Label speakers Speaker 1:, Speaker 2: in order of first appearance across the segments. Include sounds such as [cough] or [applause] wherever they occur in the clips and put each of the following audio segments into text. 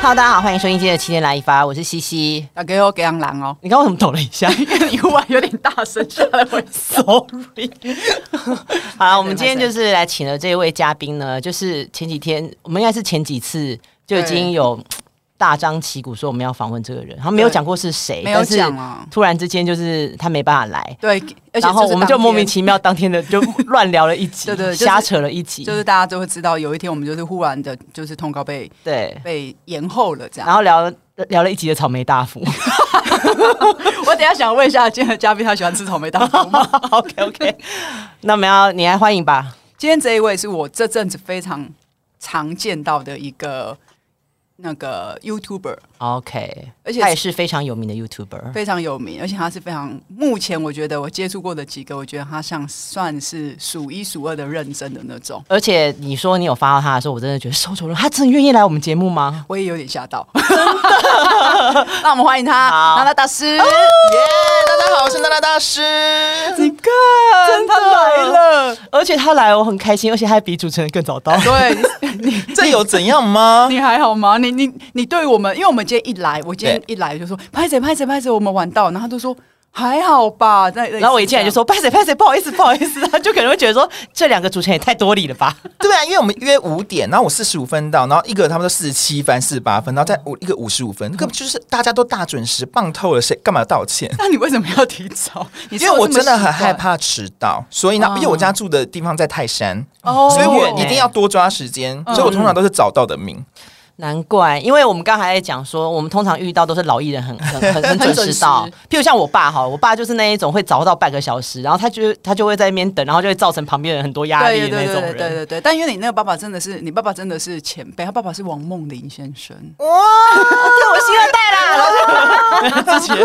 Speaker 1: Hello，大家好，欢迎收听今天的《七天来一发》，我是西西。
Speaker 2: 打给我给俺狼哦，
Speaker 1: 你刚刚为什么抖了一 [laughs] 下
Speaker 2: 因为你忽然有点大声，吓了 [laughs] 我一跳。
Speaker 1: ？Sorry。好了，我们今天就是来请了这位嘉宾呢，就是前几天我们应该是前几次就已经有大张旗鼓说我们要访问这个人，他没有
Speaker 2: 对
Speaker 1: 讲过是谁，
Speaker 2: 没有
Speaker 1: 但是
Speaker 2: 讲啊
Speaker 1: 突然之间就是他没办法来。
Speaker 2: 对，
Speaker 1: 嗯
Speaker 2: 而且
Speaker 1: 然后
Speaker 2: 是
Speaker 1: 我们就
Speaker 2: 当天
Speaker 1: 莫名其妙当天的
Speaker 2: [laughs]
Speaker 1: 就乱聊了一集，
Speaker 2: 对对就是
Speaker 1: 瞎扯了一集，
Speaker 2: 就是大家都会知道，有一天我们就是忽然的，就是通告被
Speaker 1: 对，
Speaker 2: 被延后了这样 [laughs]
Speaker 1: 然。后聊聊了一集的草莓大福。
Speaker 2: 我等一下想问一下今天的嘉宾，他喜欢吃草莓蛋糕吗？
Speaker 1: [laughs] OK OK，那我们要你来欢迎吧。
Speaker 2: [laughs] 今天这一位是我这阵子非常常见到的一个那个 YouTuber，
Speaker 1: OK，
Speaker 2: 而且
Speaker 1: 他也是非常有名的 YouTuber。
Speaker 2: 非常有名，而且他是非常目前我觉得我接触过的几个，我觉得他像算是数一数二的认真的那种。
Speaker 1: 而且你说你有发到他的时候，我真的觉得受宠了。他真的愿意来我们节目吗？
Speaker 2: 我也有点吓到， [laughs] 那我们欢迎他，
Speaker 1: 好
Speaker 2: 娜娜大师。
Speaker 3: 耶大家好，我是娜娜大师。
Speaker 2: 你看，真
Speaker 1: 的
Speaker 2: 他来了。
Speaker 1: 而且他来，我很开心，而且他还比主持人更早到。
Speaker 2: 对，你
Speaker 3: 这有怎样吗？
Speaker 2: 你还好吗？你你你对我们，因为我们今天一来，我今天一来就说拍谁拍谁拍谁，我们晚到，然后他就说还好吧。那
Speaker 1: [laughs] 然后我一进来就，说：“拍谁拍谁，不好意思，不好意思。” [laughs] 他就可能会觉得说：“这两个主持人也太多礼了吧
Speaker 3: 对啊，因为我们约五点，然后我四十五分到，然后一个他们都四十七分、四十八分，然后再我一个五十五 [laughs] 分，根本就是大家都大准时，棒透了，谁干嘛道歉？
Speaker 2: 那你为什么要提早？你
Speaker 3: 因
Speaker 2: 是
Speaker 3: 为
Speaker 2: 有
Speaker 3: 我
Speaker 2: 这么
Speaker 3: 真的很
Speaker 2: 习惯
Speaker 3: 害。怕迟到，所以呢，
Speaker 2: 嗯
Speaker 3: 因为我家住的地方在泰山，
Speaker 2: 哦嗯
Speaker 3: 所以我
Speaker 1: 哦
Speaker 3: 一定要多抓时间，所以我通常都是早到的命。！”
Speaker 1: [laughs] 难怪，因为我们刚才在讲说，我们通常遇到都是老艺人很 [laughs] 很很很
Speaker 2: 很准
Speaker 1: 准时到
Speaker 2: 时，
Speaker 1: 譬如像我爸哈，我爸就是那一种会早到半个小时，然后他就他就会在那边等，然后就会造成旁边人很多压力
Speaker 2: 对
Speaker 1: 的那
Speaker 2: 对对
Speaker 1: 种
Speaker 2: 对对对
Speaker 1: 人。
Speaker 2: 对对，但因为你那个爸爸真的是，你爸爸真的是前辈，他爸爸是王梦麟先生。
Speaker 3: 哇，
Speaker 1: 对，我新二代啦，然后
Speaker 3: 自己对
Speaker 2: [laughs]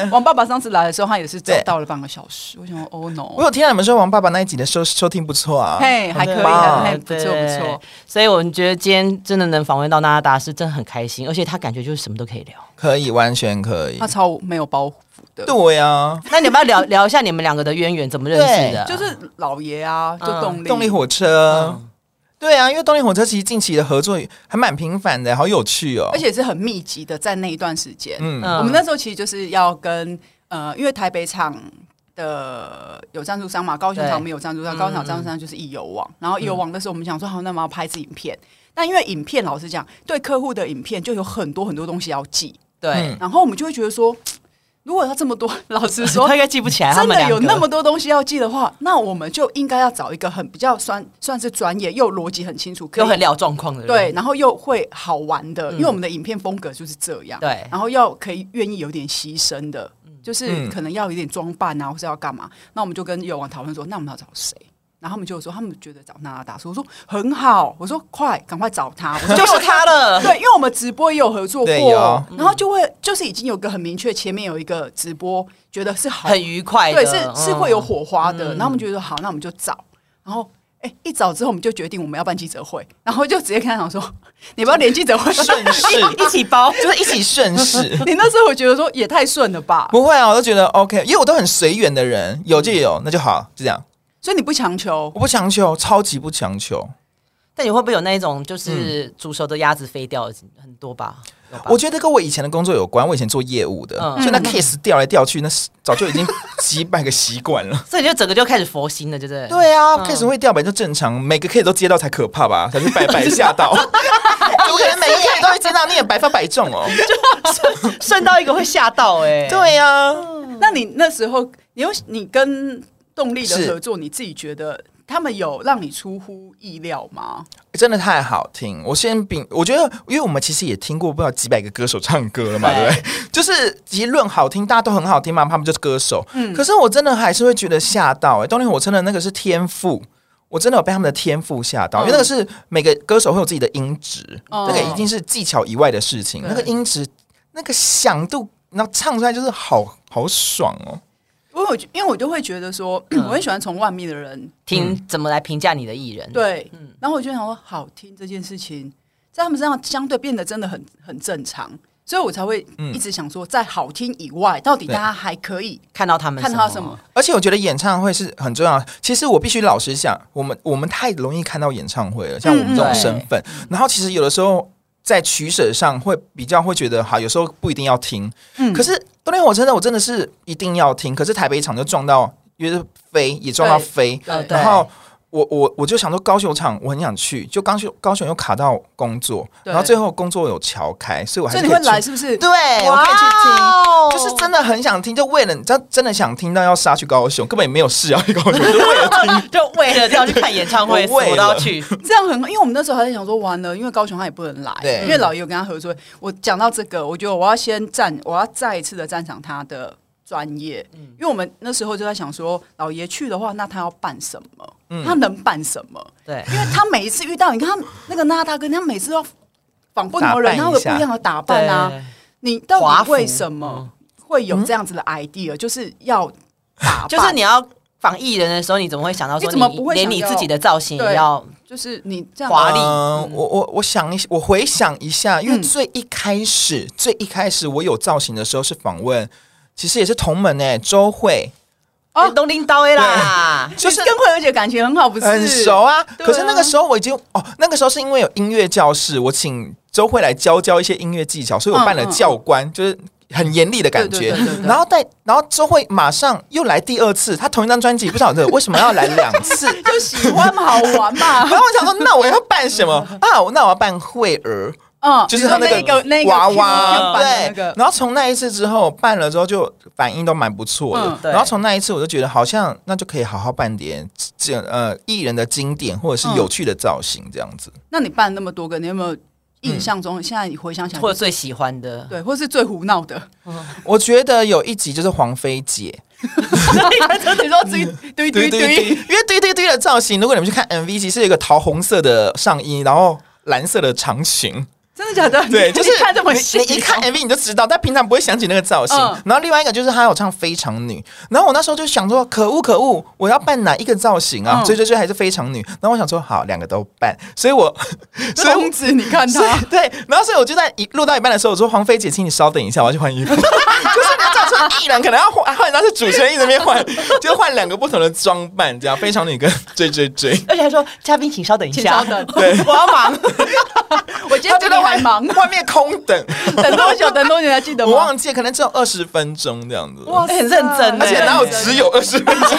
Speaker 2: 对，。王爸爸上次来的时候，他也是早到了半个小时。我想说，Oh
Speaker 3: [laughs] 我
Speaker 2: no！
Speaker 3: 有听到你们说王爸爸那一集的收收听不错啊，
Speaker 2: 嘿，还可以，
Speaker 3: 很棒
Speaker 2: 还还不错不
Speaker 1: 对
Speaker 2: 错。
Speaker 1: 所以我们觉得今天真的能访问到娜娜大师，真的很开心，而且他感觉就是什么都可以聊。
Speaker 3: 可以，完全可以
Speaker 2: 他。超没有包袱的，
Speaker 3: 对啊呀，
Speaker 1: [laughs] 那你们要聊聊一下你们两个的渊源，怎么认识的？
Speaker 2: 就是老爷啊，就
Speaker 1: 嗯
Speaker 2: 动力，
Speaker 3: 动力火车。
Speaker 1: 呃
Speaker 3: 对啊，因为动力火车其实近期的合作还蛮频繁的，好有趣哦。
Speaker 2: 而，且是很密集的，在那一段时间，
Speaker 3: 嗯，
Speaker 1: 嗯
Speaker 2: 我们那时候其实就是要跟呃，因为台北场的有赞助商嘛，高雄
Speaker 1: 对嗯
Speaker 2: 场没有赞助商，高雄场赞助商就是易游网，然后易游网那时候我们想说，好，那我们要拍一支影片。但因为影片，老实讲，对客户的影片就有很多很多东西要记，
Speaker 1: 对，
Speaker 3: 嗯
Speaker 2: 然后我们就会觉得说，嗯如果要这么多，老实说
Speaker 1: 他，应该记不起 [laughs] 来他
Speaker 2: 真
Speaker 1: 们
Speaker 2: 的
Speaker 1: 两个
Speaker 2: 有那么多东西要记的话，那我们就应该要找一个很比较算算是专业又逻辑很清楚，可
Speaker 1: 又
Speaker 2: 以
Speaker 1: 很聊状况的人。
Speaker 2: 对，然后又会好玩的，
Speaker 1: 嗯
Speaker 2: 因为我们的影片风格就是这样。
Speaker 1: 对
Speaker 2: 然后要可以愿意有点牺牲的，就是
Speaker 3: 嗯
Speaker 2: 可能要有点装扮啊，或是要干嘛。那我们就跟友网讨论说，那我们要找谁？然后他们就说，他们觉得找娜娜大师，我说很好，我说快，赶快找他，我说
Speaker 1: [laughs] 就是他了。
Speaker 2: [laughs] 对，因为我们直播也有合作
Speaker 3: 对有
Speaker 2: 过，然后就会就是已经有个很明确，前面有一个直播，觉得是好
Speaker 1: 很愉快的，
Speaker 2: 对，是是会有
Speaker 1: 哎嗯
Speaker 2: 火花的。
Speaker 1: 嗯
Speaker 2: 然后我们就说好，那我们就找。然后哎、一找之后我们就决定我们要办记者会， [laughs] 然后就直接跟他讲说， [laughs] 你不要连记者会
Speaker 3: 顺势，
Speaker 1: [laughs] 一起包。
Speaker 3: 就是一起顺势。
Speaker 2: [laughs]
Speaker 3: [laughs]
Speaker 2: 你那时候我觉得说也太顺了吧，
Speaker 3: 不会啊，我都觉得 OK，因为我都很随缘的人，有就有，那就好，就这样。
Speaker 2: 所以你不强求。
Speaker 3: 我不强求，超级不强求。
Speaker 1: 但你会不会有那一种就是
Speaker 3: 嗯
Speaker 1: 煮熟的鸭子飞掉很多吧？有吧
Speaker 3: 我觉得跟我以前的工作有关，我以前做业务的，
Speaker 1: 嗯
Speaker 3: 所以那 case 调来调去，那 [laughs] 是早就已经几百个习惯了。
Speaker 1: [laughs] 所以你就整个就开始佛心了，对不 [laughs] 对？ [laughs]
Speaker 3: 对啊、
Speaker 1: 嗯
Speaker 3: c a s e 会调本来就正常，每个 case 都接到才可怕吧，才是百百吓
Speaker 1: [laughs]
Speaker 3: 到。怎么可能每个 case 都会接到？你也百发百中哦。
Speaker 1: 顺到一个会吓到哎、
Speaker 3: 对呀、
Speaker 1: 嗯
Speaker 2: 那你那时候你有你跟动力的
Speaker 3: 是
Speaker 2: 合作，你自己觉得他们有让你出乎意料吗？
Speaker 3: 真的太好听！我先秉，我觉得，因为我们其实也听过不知道几百个歌手唱歌了嘛，
Speaker 1: 对
Speaker 3: 对不对？就是其实论好听，大家都很好听嘛，他们就是歌手。可是我真的还是会觉得吓到、欸，哎，动力火车的那个是天赋。我真的有被他们的天赋吓到，因为那个是每个歌手会有自己的音质，
Speaker 2: 哦
Speaker 3: 那个已经是技巧以外的事情。
Speaker 2: 对
Speaker 3: 那个音质，那个响度，然后唱出来就是好好爽哦。
Speaker 2: 因为我因为我就会觉得说， [clears throat] 我很喜欢从外面的
Speaker 1: [laughs]
Speaker 2: 人
Speaker 3: 嗯
Speaker 1: 听怎么来评价你的艺人？，
Speaker 2: 对，然后我就想说，好听这件事情在他们身上相对变得真的很很正常，所以我才会一直想说，在好听以外，到底大
Speaker 3: 嗯对
Speaker 2: 家还可以
Speaker 1: 看到他们
Speaker 2: 看到什么？？
Speaker 3: 而且我觉得演唱会是很重要的。其实我必须老
Speaker 2: 嗯
Speaker 3: 实讲，我们我们太容易看到演唱会了，像我们这种身份。然后其实有的时候在取舍上会比较会觉得好，有时候不一定要听。
Speaker 2: 嗯
Speaker 3: 可是冬天火车呢，我真的是一定要听。可是台北场就撞到，因为飞也撞到
Speaker 1: 对
Speaker 3: 飞，
Speaker 1: 呃对
Speaker 3: 然后我我我就想说高雄场我很想去，就高雄高雄又卡到工作，
Speaker 2: 对
Speaker 3: 然后最后工作有调开，所以我还
Speaker 2: 所
Speaker 3: 是
Speaker 2: 以你
Speaker 3: 可
Speaker 2: 会
Speaker 3: 以
Speaker 2: 来
Speaker 3: 去，
Speaker 2: 是不是？
Speaker 3: 对我可以去
Speaker 1: 哇哦
Speaker 3: 听，就是真的很想听，就为了你知道真的想听到要杀去高雄，根本也没有事要去高雄，
Speaker 2: [laughs]
Speaker 3: 就为了听
Speaker 1: [laughs] 就为了要去看演唱会，
Speaker 3: 我 [laughs] 为了
Speaker 1: 我都要去。
Speaker 2: 这样很，因为我们那时候还在想说，完了，因为高雄他也不能来，
Speaker 3: 对
Speaker 2: 因为老爷有跟他合作。我讲到这个，我觉得我要先赞，我要再一次的赞赏他的专业，
Speaker 3: 嗯
Speaker 2: 因为我们那时候就在想说，老爷去的话，那他要办什么？
Speaker 3: 嗯
Speaker 2: 他能办什么？
Speaker 1: 对，
Speaker 2: 因为他每一次遇到，你看他那个那大哥，他每次都要仿不同的
Speaker 3: 打扮一
Speaker 2: 人，
Speaker 3: 下
Speaker 2: 他会有不一样的打扮啊。你到
Speaker 1: 华
Speaker 2: 底
Speaker 1: 服嗯
Speaker 2: 为什么会有这样子的
Speaker 3: 嗯
Speaker 2: idea？就是要打扮，
Speaker 1: 对，就是你要仿艺人的时候，你怎么会想到说
Speaker 2: 你怎么不会
Speaker 1: 连你
Speaker 2: 想要
Speaker 1: 自己的造型也
Speaker 2: 对
Speaker 1: 要？
Speaker 2: 就是你这样
Speaker 1: 华丽
Speaker 3: 嗯我我我想一下，我回想一下，因为
Speaker 2: 嗯
Speaker 3: 最一开始、最一开始我有造型的时候是访问，其实也是同门哎、周慧，
Speaker 2: 哦
Speaker 1: 东拎刀的啦，
Speaker 3: 就是
Speaker 2: 你跟慧儿姐感情很好，不是？
Speaker 3: 很熟啊。
Speaker 2: 对啊
Speaker 3: 可是那个时候我已经哦，那个时候是因为有音乐教室，我请周慧来教教一些音乐技巧，所以我扮了
Speaker 2: 嗯嗯嗯
Speaker 3: 教官，就是很严厉的感
Speaker 2: 对
Speaker 3: 觉
Speaker 2: 对对对对。
Speaker 3: 然后带，然后周慧马上又来第二次，她同一张专辑不晓得为什么要来两次。
Speaker 2: 就喜欢嘛，好玩嘛。
Speaker 3: 然后我想说，那我要扮什么啊？那我要扮慧儿。[laughs]
Speaker 2: 嗯，
Speaker 3: 就是他
Speaker 2: 那
Speaker 3: 个
Speaker 2: 那个
Speaker 3: 娃
Speaker 2: Q
Speaker 3: 娃，
Speaker 2: 版的那
Speaker 3: 对
Speaker 2: 个。，
Speaker 3: 然后从那一次之后办了之后，就反应都蛮不错
Speaker 2: 嗯
Speaker 3: 的。
Speaker 1: 对
Speaker 3: 然后从那一次我就觉得，好像那就可以好好办点这呃艺人的经典或者是有趣的造型这样子。
Speaker 2: 那你办那么多个，你有没有印象
Speaker 3: 嗯
Speaker 2: 中？现在你回想起来，
Speaker 1: 或者最喜欢的，
Speaker 2: 对，或是最胡闹的？
Speaker 3: [laughs] 我觉得有一集就是黄飞姐，
Speaker 2: 你
Speaker 3: [laughs]
Speaker 2: 说最对对对，
Speaker 3: 因为堆堆堆的造型，如果你们去看 MV，其实有一个桃红色的上衣，然后蓝色的长裙。
Speaker 2: 真的假的？ [laughs]
Speaker 3: 对，
Speaker 2: 你
Speaker 3: 就是
Speaker 2: 你看这么细哦
Speaker 3: 你，你一看 MV 你就知道，但平常不会想起那个造型。
Speaker 2: 嗯
Speaker 3: 然后另外一个就是他有唱《非常女》，然后我那时候就想说，可恶可恶，我要扮哪一个造型啊？
Speaker 2: 嗯
Speaker 3: 所以就是还是《非常女》。然后我想说，好，两个都扮，所以我， [laughs] 所以我
Speaker 2: 疯子，你看
Speaker 3: 所
Speaker 2: 他
Speaker 3: 以 [laughs] 对，然后所以我就在一录到一半的时候，我说黄菲姐，请你稍等一下，我要去换衣服。 [laughs] 就是你要造成艺人可能要换，换到是主持人一直边换，就换两个不同的装扮，这样非常女跟追追
Speaker 2: [laughs]
Speaker 3: 追。
Speaker 1: 而且还说嘉宾请稍等一
Speaker 2: 请
Speaker 1: 下 [laughs]
Speaker 2: 稍，等
Speaker 1: 对，我要忙。
Speaker 2: [laughs] 我今天觉得还
Speaker 3: [laughs]
Speaker 2: 忙，
Speaker 3: 外面空
Speaker 2: [laughs]
Speaker 3: 等，
Speaker 2: 等多久？等多久？你还记得
Speaker 3: 我
Speaker 2: 吗？
Speaker 3: 忘记，可能只有二十分钟这样子。
Speaker 1: 欸很认真
Speaker 3: [laughs] 而且哪有
Speaker 1: 对
Speaker 3: 只有二十分
Speaker 1: [laughs]
Speaker 3: 钟？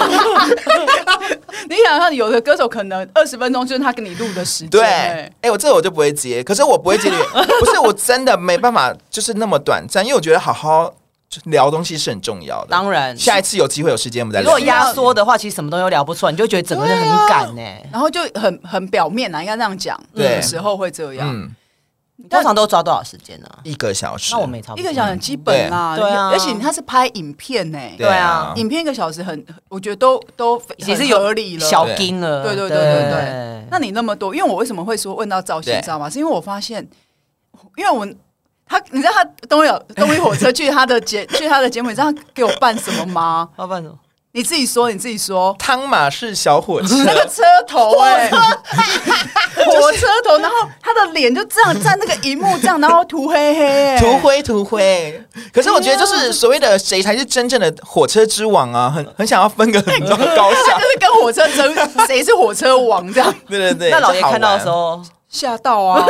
Speaker 2: 你想想，有的歌手可能二十分钟就是他跟你录的时间，
Speaker 3: 对，
Speaker 2: 哎
Speaker 3: [laughs] 哎、我这个我就不会接，可是我不会接的原因， [laughs] 不是我真的没办法，就是那么短暂，因为我觉得好好聊东西是很重要的。
Speaker 1: 当然，
Speaker 3: 下一次有机会有时间我们再
Speaker 1: 如
Speaker 3: 聊。
Speaker 1: 果压缩的话，其实什么东西都聊不出来，你就觉得整个人很赶呢。
Speaker 2: 然后就很很表面啊，应该这样讲，有
Speaker 3: 对
Speaker 2: 的时候会这样。
Speaker 3: 嗯，
Speaker 1: 你
Speaker 2: 啊
Speaker 1: 通常都抓多少时间呢？
Speaker 3: 一个小时，
Speaker 1: 那我没差不
Speaker 2: 一
Speaker 1: 多，
Speaker 2: 个小时很基本啦，
Speaker 1: 对对啊
Speaker 2: 而且他是拍影片呢，
Speaker 3: 对啊，
Speaker 2: 影片一个小时很，我觉得都都
Speaker 1: 其实
Speaker 2: 很
Speaker 1: 有
Speaker 2: 合理了。
Speaker 1: 小金了，
Speaker 2: 对对对嗯对对。那你那么多，因为我为什么会说问到造型，
Speaker 3: 对
Speaker 2: 你知道吗？是因为我发现，因为我他，你知道他东有 [laughs] 东一火车去他的节 [laughs] 去他的节目，你知道他给我办什么吗？
Speaker 1: 老板怎么？
Speaker 2: 你自己说，你自己说。
Speaker 3: 汤马士小火
Speaker 1: [laughs]
Speaker 3: 车，
Speaker 2: 那个车头哎、 [laughs] 火车头，然后他的脸就这样在那个荧幕这样，然后涂黑黑、哎
Speaker 3: 涂
Speaker 2: [laughs]
Speaker 3: 灰涂灰。可是我觉得
Speaker 1: 哎
Speaker 3: 就是所谓的谁才是真正的火车之王啊，很很想要分个很高
Speaker 1: [laughs]
Speaker 2: 他
Speaker 3: 下
Speaker 2: 就。是跟火车争谁是火车王这样，
Speaker 3: 对对对，
Speaker 1: 那老爷
Speaker 3: 就好玩
Speaker 1: 看到的时，候，
Speaker 2: 吓到 [laughs] 啊！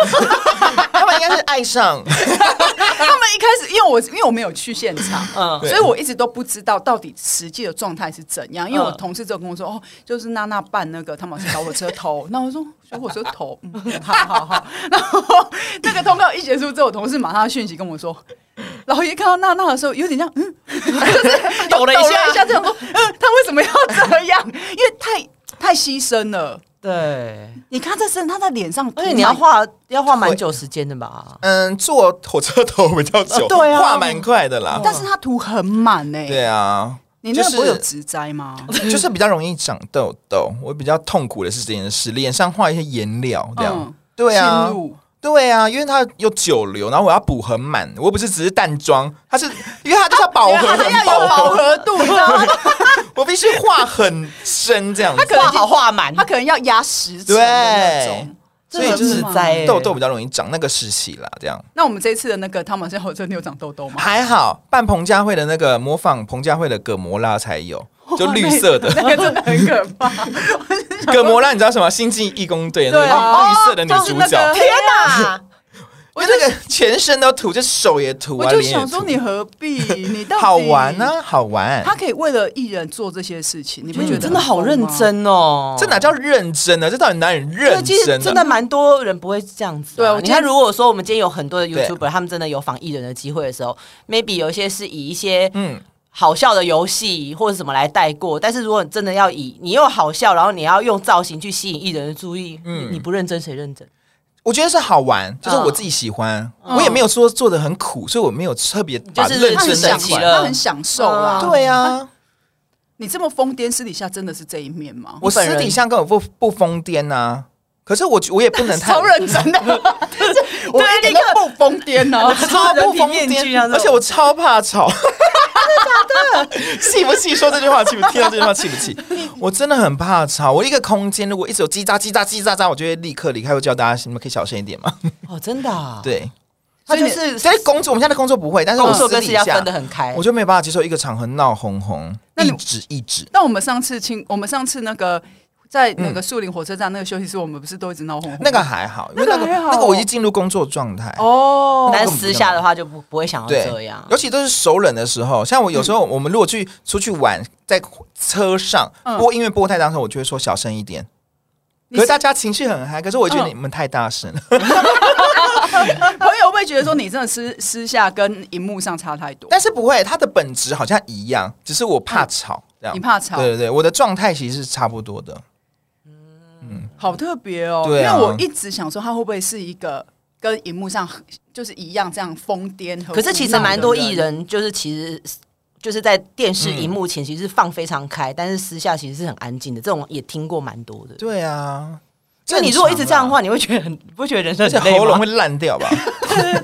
Speaker 3: 他们应该是爱上。
Speaker 2: 他们一开始，因为我因为我没有去现场，
Speaker 1: 嗯
Speaker 2: 所以我一直都不知道到底实际的状态是怎样。因为我
Speaker 1: 嗯
Speaker 2: 同事就跟我说，哦，就是娜娜扮那个汤姆斯小火车头，那我说小火车头，嗯，好好好。然后那个通告一结束之后，我同事马上讯息跟我说。老爷看到娜娜的时候，有点像嗯，就是
Speaker 1: 抖了一下
Speaker 2: 抖一下，这样说，嗯，他为什么要这样？因为太太牺牲了。
Speaker 1: 对，
Speaker 2: 你看这身，他在脸上，
Speaker 1: 而且你要画要画蛮久时间的吧？
Speaker 3: 嗯，坐火车头 [laughs] 比较久，
Speaker 1: 呃对啊
Speaker 3: 画蛮快的啦。
Speaker 2: 嗯但是他涂很满呢、
Speaker 3: 对啊，
Speaker 2: 你那个
Speaker 3: 就是
Speaker 2: 不会有植栽吗？
Speaker 3: 就是比较容易长痘痘。我比较痛苦的是这件事，脸上画一些颜料这样。
Speaker 2: 嗯
Speaker 3: 对啊
Speaker 2: 进，入
Speaker 3: 对啊，因为它有九流，然后我要补很满，我又不是只是淡妆，它是因为它就是要
Speaker 2: [laughs]
Speaker 3: 饱和，
Speaker 2: 他要
Speaker 3: 很
Speaker 2: 有饱
Speaker 3: 饱和，
Speaker 2: 和度，你知道 [laughs] 吗？
Speaker 3: 我必须画很深这样子。
Speaker 1: 画好画满
Speaker 2: 他，可能要压十层的那种。
Speaker 1: 所
Speaker 3: 所
Speaker 1: 以
Speaker 3: 以
Speaker 1: 就
Speaker 3: 就是是
Speaker 1: 在欸
Speaker 3: 痘痘比较容易长那个湿气啦，这样
Speaker 2: 那我们这一次的那个汤马森火车，你有长痘痘 [laughs] 吗？
Speaker 3: 还好。扮彭佳慧的那个模仿彭佳慧的葛摩拉才有，就绿色的
Speaker 2: 那个真的很可怕。
Speaker 3: [laughs]
Speaker 2: [laughs]
Speaker 3: 葛摩拉，你知道什么？星际义工队那个
Speaker 2: 哦
Speaker 1: 对啊
Speaker 3: 绿色的女
Speaker 2: 就是
Speaker 3: [laughs] 主
Speaker 2: 那个
Speaker 3: 角，
Speaker 1: 天哪！
Speaker 2: 我
Speaker 3: 我那个全身都涂，就手也涂啊，
Speaker 2: [laughs] 我就
Speaker 3: 脸也
Speaker 2: 想说
Speaker 3: 涂
Speaker 2: 你何必？你到底
Speaker 3: 好玩？
Speaker 2: 啊
Speaker 3: 呢，好玩。
Speaker 2: 他可以为了艺人做这些事情，你不觉得
Speaker 1: 真的好
Speaker 2: 很
Speaker 1: 认
Speaker 2: 疯吗？
Speaker 1: 真哦，
Speaker 3: 这哪叫认真啊呢？这到底哪里
Speaker 1: 对，
Speaker 3: 认
Speaker 1: 其实
Speaker 3: 真啊
Speaker 1: 真
Speaker 3: 呢？
Speaker 1: 的蛮多人不会这样子啊、
Speaker 2: 对我
Speaker 1: 你
Speaker 2: 今
Speaker 1: 看，
Speaker 2: 天
Speaker 1: 如果说我们今天有很多的
Speaker 3: 对
Speaker 1: YouTuber，他们真的有访艺人的机会的时候，maybe 有一些是以一些
Speaker 3: 嗯，
Speaker 1: 好笑的游戏或者什么来带过。但是如果你真的要以你又好笑，然后你要用造型去吸引艺人的注意，
Speaker 3: 嗯
Speaker 1: 你你不认真谁认真？
Speaker 3: 我觉得是好玩，就是
Speaker 1: 嗯
Speaker 3: 我自己喜欢，
Speaker 1: 嗯
Speaker 3: 我也没有说做的很苦，所以我没有特别把
Speaker 1: 就是
Speaker 3: 认
Speaker 2: 他很
Speaker 3: 真
Speaker 1: 想
Speaker 3: 带
Speaker 2: 享
Speaker 1: 起
Speaker 3: 出
Speaker 1: 来
Speaker 2: 受，
Speaker 3: 来。
Speaker 1: 了
Speaker 2: 他很享受啦。
Speaker 1: 嗯
Speaker 3: 对啊，
Speaker 2: 你这么疯癫，私底下真的是这一面吗？
Speaker 3: 我私底下根本不不疯癫呐，可是我我也不能
Speaker 1: [laughs]
Speaker 3: 太
Speaker 2: 超认真的，我一点都不疯癫 [laughs]
Speaker 1: [laughs]
Speaker 2: 哦。
Speaker 3: 超不疯
Speaker 1: 人体面具啊
Speaker 3: 癫，
Speaker 1: 这种
Speaker 3: 而且我超怕
Speaker 1: [laughs]
Speaker 3: 吵。 [laughs] 真的假的？气不气？说这句话气不？听到这句话气不
Speaker 1: [laughs]
Speaker 3: 气？我真的很怕吵。我一个空间如果一直有叽喳叽喳叽喳喳，我就会立刻离开，我叫大家你们可以小声一点
Speaker 1: [laughs]
Speaker 3: 嘛。
Speaker 1: 哦，真的、啊，，
Speaker 3: 对，
Speaker 1: 他
Speaker 3: 所
Speaker 1: 就
Speaker 3: 以
Speaker 1: 是
Speaker 3: 你在工作，我们现在的工作不会，但是
Speaker 1: 工
Speaker 3: 我
Speaker 1: 作哦跟
Speaker 3: 私
Speaker 1: 私
Speaker 3: 底
Speaker 1: 下
Speaker 3: 下
Speaker 1: 分得很开
Speaker 3: 我。就没有办法接受一个场合闹哄哄，
Speaker 2: 那
Speaker 3: 一
Speaker 2: 你
Speaker 3: 直一直。
Speaker 1: 嗯
Speaker 2: 那我们上次亲，我们上次那个在那个树林火车站那个休息室，我们不是都一直闹哄哄？
Speaker 3: 嗯那个还好，因为那个
Speaker 2: 那个还好
Speaker 3: 那个我已经进入工作状态。
Speaker 2: 哦，
Speaker 1: 但私下的话就不不会想要
Speaker 3: 对
Speaker 1: 哦这样。嗯
Speaker 3: 尤其都是熟人的时候，像我有时候我们如果去出去玩，在车上
Speaker 2: 嗯
Speaker 3: 播音乐播太大声，我就会说小声一点。
Speaker 2: 你
Speaker 3: 可
Speaker 2: 是
Speaker 3: 是大家情绪很嗨，可是我觉得
Speaker 2: 嗯
Speaker 3: 你们太大声了。
Speaker 2: 朋友会不会觉得说你真的私私下跟荧幕上差太多？
Speaker 3: 但是不会，它的本质好像一样，只是我怕
Speaker 1: 嗯
Speaker 3: 吵，这样
Speaker 2: 你。怕吵
Speaker 3: 对，对对，我的状态其实是差不多的。
Speaker 2: 好特别哦。因
Speaker 3: 对
Speaker 2: 为
Speaker 3: 啊
Speaker 2: 我一直想说，他会不会是一个跟荧幕上就是一样这样疯癫和胡闹的人？啊
Speaker 1: 可是其实蛮多艺人，就是其实就是在电视荧幕前其实是放非常开，但是私下其实是很安静的。这种也听过蛮多的。
Speaker 3: 对啊，
Speaker 1: 那你如果一直这样的
Speaker 3: 话，
Speaker 1: 话，你会觉得很 [laughs] 你不觉得人生
Speaker 3: 而且
Speaker 1: 很累吗
Speaker 3: 喉咙会烂掉吧？
Speaker 1: 对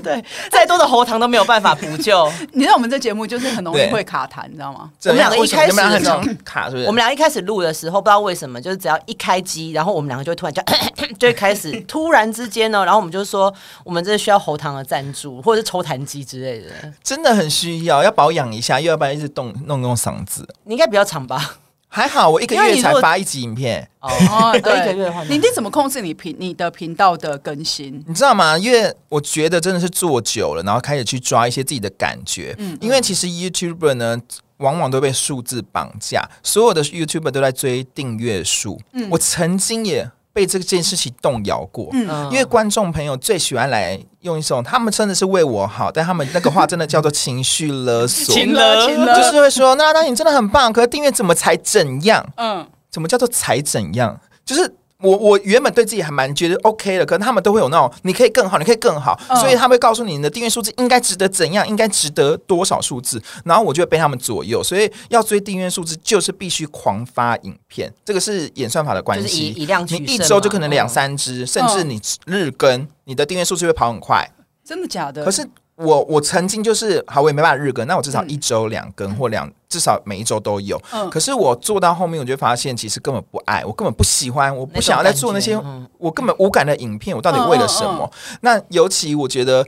Speaker 1: [laughs] 对对，再多的喉糖都没有办法补救。
Speaker 2: 你知道我们这节目就是很容易
Speaker 3: 对
Speaker 2: 会卡痰，你知道吗？
Speaker 3: 怎样
Speaker 1: 我们两个
Speaker 3: 为什么
Speaker 1: 一开
Speaker 3: 你们俩
Speaker 1: 始
Speaker 3: 很
Speaker 1: 的时候
Speaker 3: 常卡，是不是？
Speaker 1: 我们俩一开始录的时候，不知道为什么，就是只要一开机，然后我们两个就会突然就 [coughs] 就会开始突然之间哦呢，然后我们就说我们这需要喉糖的赞助，或者是抽痰机之类的。
Speaker 3: 真的很需要，要保养一下，又要不然一直动弄弄嗓子。
Speaker 1: 你应该比较长吧？
Speaker 3: 还好我一个
Speaker 1: 因为
Speaker 3: 月
Speaker 1: 你
Speaker 3: 才
Speaker 1: 如果
Speaker 3: 发一集影片，
Speaker 1: 哦， [laughs]
Speaker 2: 哦，
Speaker 1: 一个
Speaker 2: 对
Speaker 1: 月的话，
Speaker 2: 你得怎么控制你频你的频道的更新？
Speaker 3: 你知道吗？因为我觉得真的是做久了，然后开始去抓一些自己的感觉。因为其实 YouTuber 呢，往往都被数字绑架，所有的 YouTuber 都在追订阅数。我曾经也被这件事情动摇过。
Speaker 1: 嗯
Speaker 3: 因为观众朋友最喜欢来用一种，他们真的是为我好，但他们那个话真的叫做情绪勒索，
Speaker 1: 情勒
Speaker 2: [laughs] 情勒
Speaker 3: 就是会说，那那你真的很棒，可是订阅怎么才怎样？
Speaker 2: 嗯，
Speaker 3: 怎么叫做才怎样？就是我我原本对自己还蛮觉得 OK 的，可能他们都会有那种你可以更好，你可以更好，
Speaker 2: 嗯
Speaker 3: 所以他们会告诉你你的订阅数字应该值得怎样，应该值得多少数字，然后我就会被他们左右，所以要追订阅数字就是必须狂发影片，这个是演算法的关
Speaker 1: 就是以
Speaker 3: 系。
Speaker 1: 以量
Speaker 3: 你
Speaker 1: 取胜嘛，
Speaker 3: 一周就可能两
Speaker 1: 嗯
Speaker 3: 三支，甚至你日更，你的订阅数字会跑很快。
Speaker 2: 真的假的？
Speaker 3: 可是我我曾经就是好，我也没办法日更，那我至少
Speaker 2: 嗯
Speaker 3: 一周两更或
Speaker 1: 嗯
Speaker 3: 两，至少每一周都有。
Speaker 2: 嗯
Speaker 3: 可是我做到后面，我就发现其实根本不爱，我根本不喜欢，我不想要再做那些
Speaker 1: 嗯种感觉嗯
Speaker 3: 我根本无感的影片，我到底为了什么？那尤其我觉得。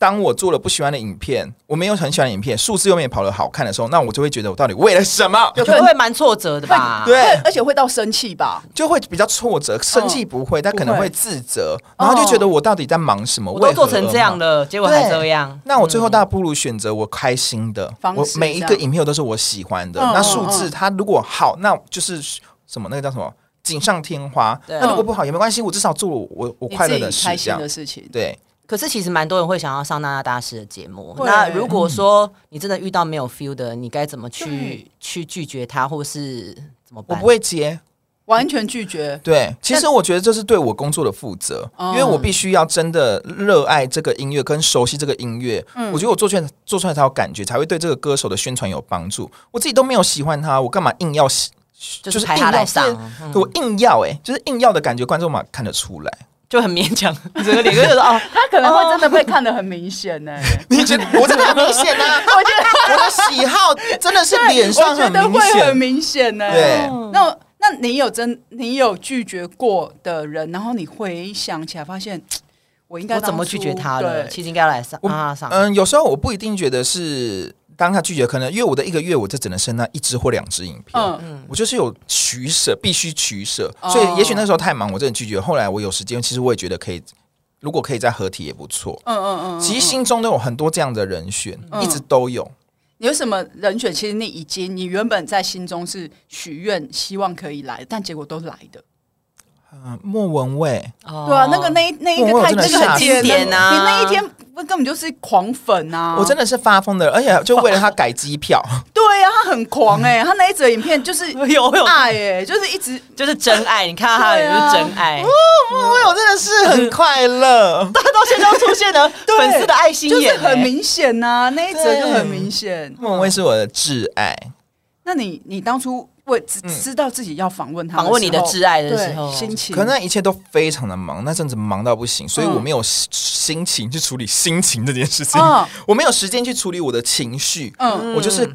Speaker 3: 当我做了不喜欢的影片，我没有很喜欢的影片，数字又没有跑得好看的时候，那我就会觉得我到底为了什
Speaker 1: [laughs]
Speaker 3: 么？
Speaker 1: 有会会蛮挫折的吧？
Speaker 3: 对
Speaker 2: 会，而且会到生气吧？
Speaker 3: 就会比较挫折，生
Speaker 1: 嗯
Speaker 3: 气不会，但可能
Speaker 2: 不
Speaker 3: 会
Speaker 2: 会
Speaker 3: 自责，然后就觉得我到底在忙什么？
Speaker 1: 哦我
Speaker 3: 为
Speaker 1: 都
Speaker 3: 何
Speaker 1: 做成这
Speaker 3: 而忙
Speaker 1: 样了，结果还
Speaker 3: 对
Speaker 1: 这样。
Speaker 3: 那我最后大不如选择我开心的，
Speaker 2: 嗯方式
Speaker 3: 我每一
Speaker 2: 这样
Speaker 3: 个影片我都是我喜欢的。
Speaker 2: 嗯
Speaker 3: 那
Speaker 2: 嗯
Speaker 3: 数字它如果好，那就是什么那个叫什么锦上添花。
Speaker 1: 对
Speaker 3: 那如果不好也没关系，我至少做我我我
Speaker 2: 你
Speaker 3: 快乐
Speaker 2: 自
Speaker 3: 的
Speaker 2: 己
Speaker 3: 事
Speaker 2: 开，
Speaker 3: 这
Speaker 2: 心
Speaker 3: 样
Speaker 2: 的事情，
Speaker 3: 对。
Speaker 1: 可是其实蛮多人会想要上娜娜大师的节目。
Speaker 2: 会
Speaker 1: 那如果说你真的遇到没有 feel 的，你该怎么去
Speaker 2: 对
Speaker 1: 去拒绝他，或是怎么
Speaker 3: 我
Speaker 1: 办？
Speaker 3: 不会接，
Speaker 2: 完全拒绝。
Speaker 3: 对，其实我觉得这是对我工作的负责，
Speaker 2: 哦
Speaker 3: 因为我必须要真的热爱这个音乐，跟熟悉这个音乐。
Speaker 2: 嗯
Speaker 3: 我觉得我做出来做出来才有感觉，才会对这个歌手的宣传有帮助。我自己都没有喜欢他，我干嘛硬要喜？
Speaker 1: 就
Speaker 3: 就是
Speaker 1: 是排
Speaker 3: 硬
Speaker 1: 他来
Speaker 3: 要
Speaker 1: 上，嗯
Speaker 3: 我硬要哎、就是硬要的感觉，观众嘛看得出
Speaker 2: [laughs]
Speaker 3: 来。
Speaker 1: 就很勉强，整个脸就觉得哦，
Speaker 2: 他可能会真的被看得很明显 [laughs] 呢、
Speaker 3: 你觉得我真的很明显
Speaker 2: [laughs]
Speaker 3: 呐、我觉得我的喜好真的是脸上
Speaker 2: 我觉
Speaker 3: 很
Speaker 2: 得
Speaker 3: 明
Speaker 2: 会很
Speaker 3: 显。
Speaker 2: 明显
Speaker 3: [laughs]
Speaker 2: 呢、
Speaker 3: 对
Speaker 2: 那那你有真你有拒绝过的人，然后你回想起来发现，嘖我应该
Speaker 1: 我怎么
Speaker 2: 当
Speaker 1: 拒
Speaker 2: 初
Speaker 1: 绝他了？
Speaker 2: 对
Speaker 1: 其实应该来上
Speaker 3: 我
Speaker 1: 啊上，
Speaker 3: 嗯，有时候我不一定觉得是当他拒绝，可能因为我的一个月我就只能生那一支或两支影片，
Speaker 2: 嗯，
Speaker 3: 我就是有取舍，必须取舍。
Speaker 2: 哦
Speaker 3: 所以也许那时候太忙，我真的拒绝。后来我有时间，其实我也觉得可以如果可以再合体也不错。
Speaker 2: 嗯嗯嗯，
Speaker 3: 其实心中都有很多这样的人选，一直都有。
Speaker 2: 你有什么人选？其实你已经你原本在心中是许愿，希望可以来，但结果都来的。
Speaker 3: 嗯，莫文蔚，
Speaker 1: 对
Speaker 2: 对啊，那个那一那一个
Speaker 3: 哦我
Speaker 2: 太
Speaker 3: 真的
Speaker 2: 那个
Speaker 3: 吓
Speaker 2: 很
Speaker 3: 死
Speaker 2: 经典
Speaker 1: 我
Speaker 3: 啊
Speaker 1: 了
Speaker 2: 你那一天不根本就是狂粉啊！
Speaker 3: 我真的是发疯的，而且就为了他改机
Speaker 2: [laughs]
Speaker 3: 票，
Speaker 2: 对啊，他很
Speaker 1: [laughs]
Speaker 2: 狂哎、他那一则影片就是
Speaker 1: 有有
Speaker 2: 爱哎、就是一直
Speaker 1: 就是真爱，你看到他的人就是真爱，
Speaker 3: 莫哦文蔚我真的是很快乐。
Speaker 1: 啊 [laughs] 他到现在都出现 [laughs] 了
Speaker 2: 对
Speaker 1: 粉丝的爱心
Speaker 2: 就
Speaker 1: 眼、
Speaker 2: 是很
Speaker 1: 欸
Speaker 2: 明显呐、那一则就很明显。
Speaker 3: 莫文蔚是我的挚爱，
Speaker 2: 那你你当初为知
Speaker 3: 嗯
Speaker 2: 知道自己要访问他时候，
Speaker 1: 访问你的挚爱的时候
Speaker 2: 对心情
Speaker 3: 可能那一切都非常的忙，那阵子忙到不行，所以
Speaker 2: 嗯
Speaker 3: 我没有心心情去处理心情这件事情，
Speaker 2: 嗯
Speaker 3: 我没有时间去处理我的情绪，
Speaker 2: 嗯
Speaker 3: 我就是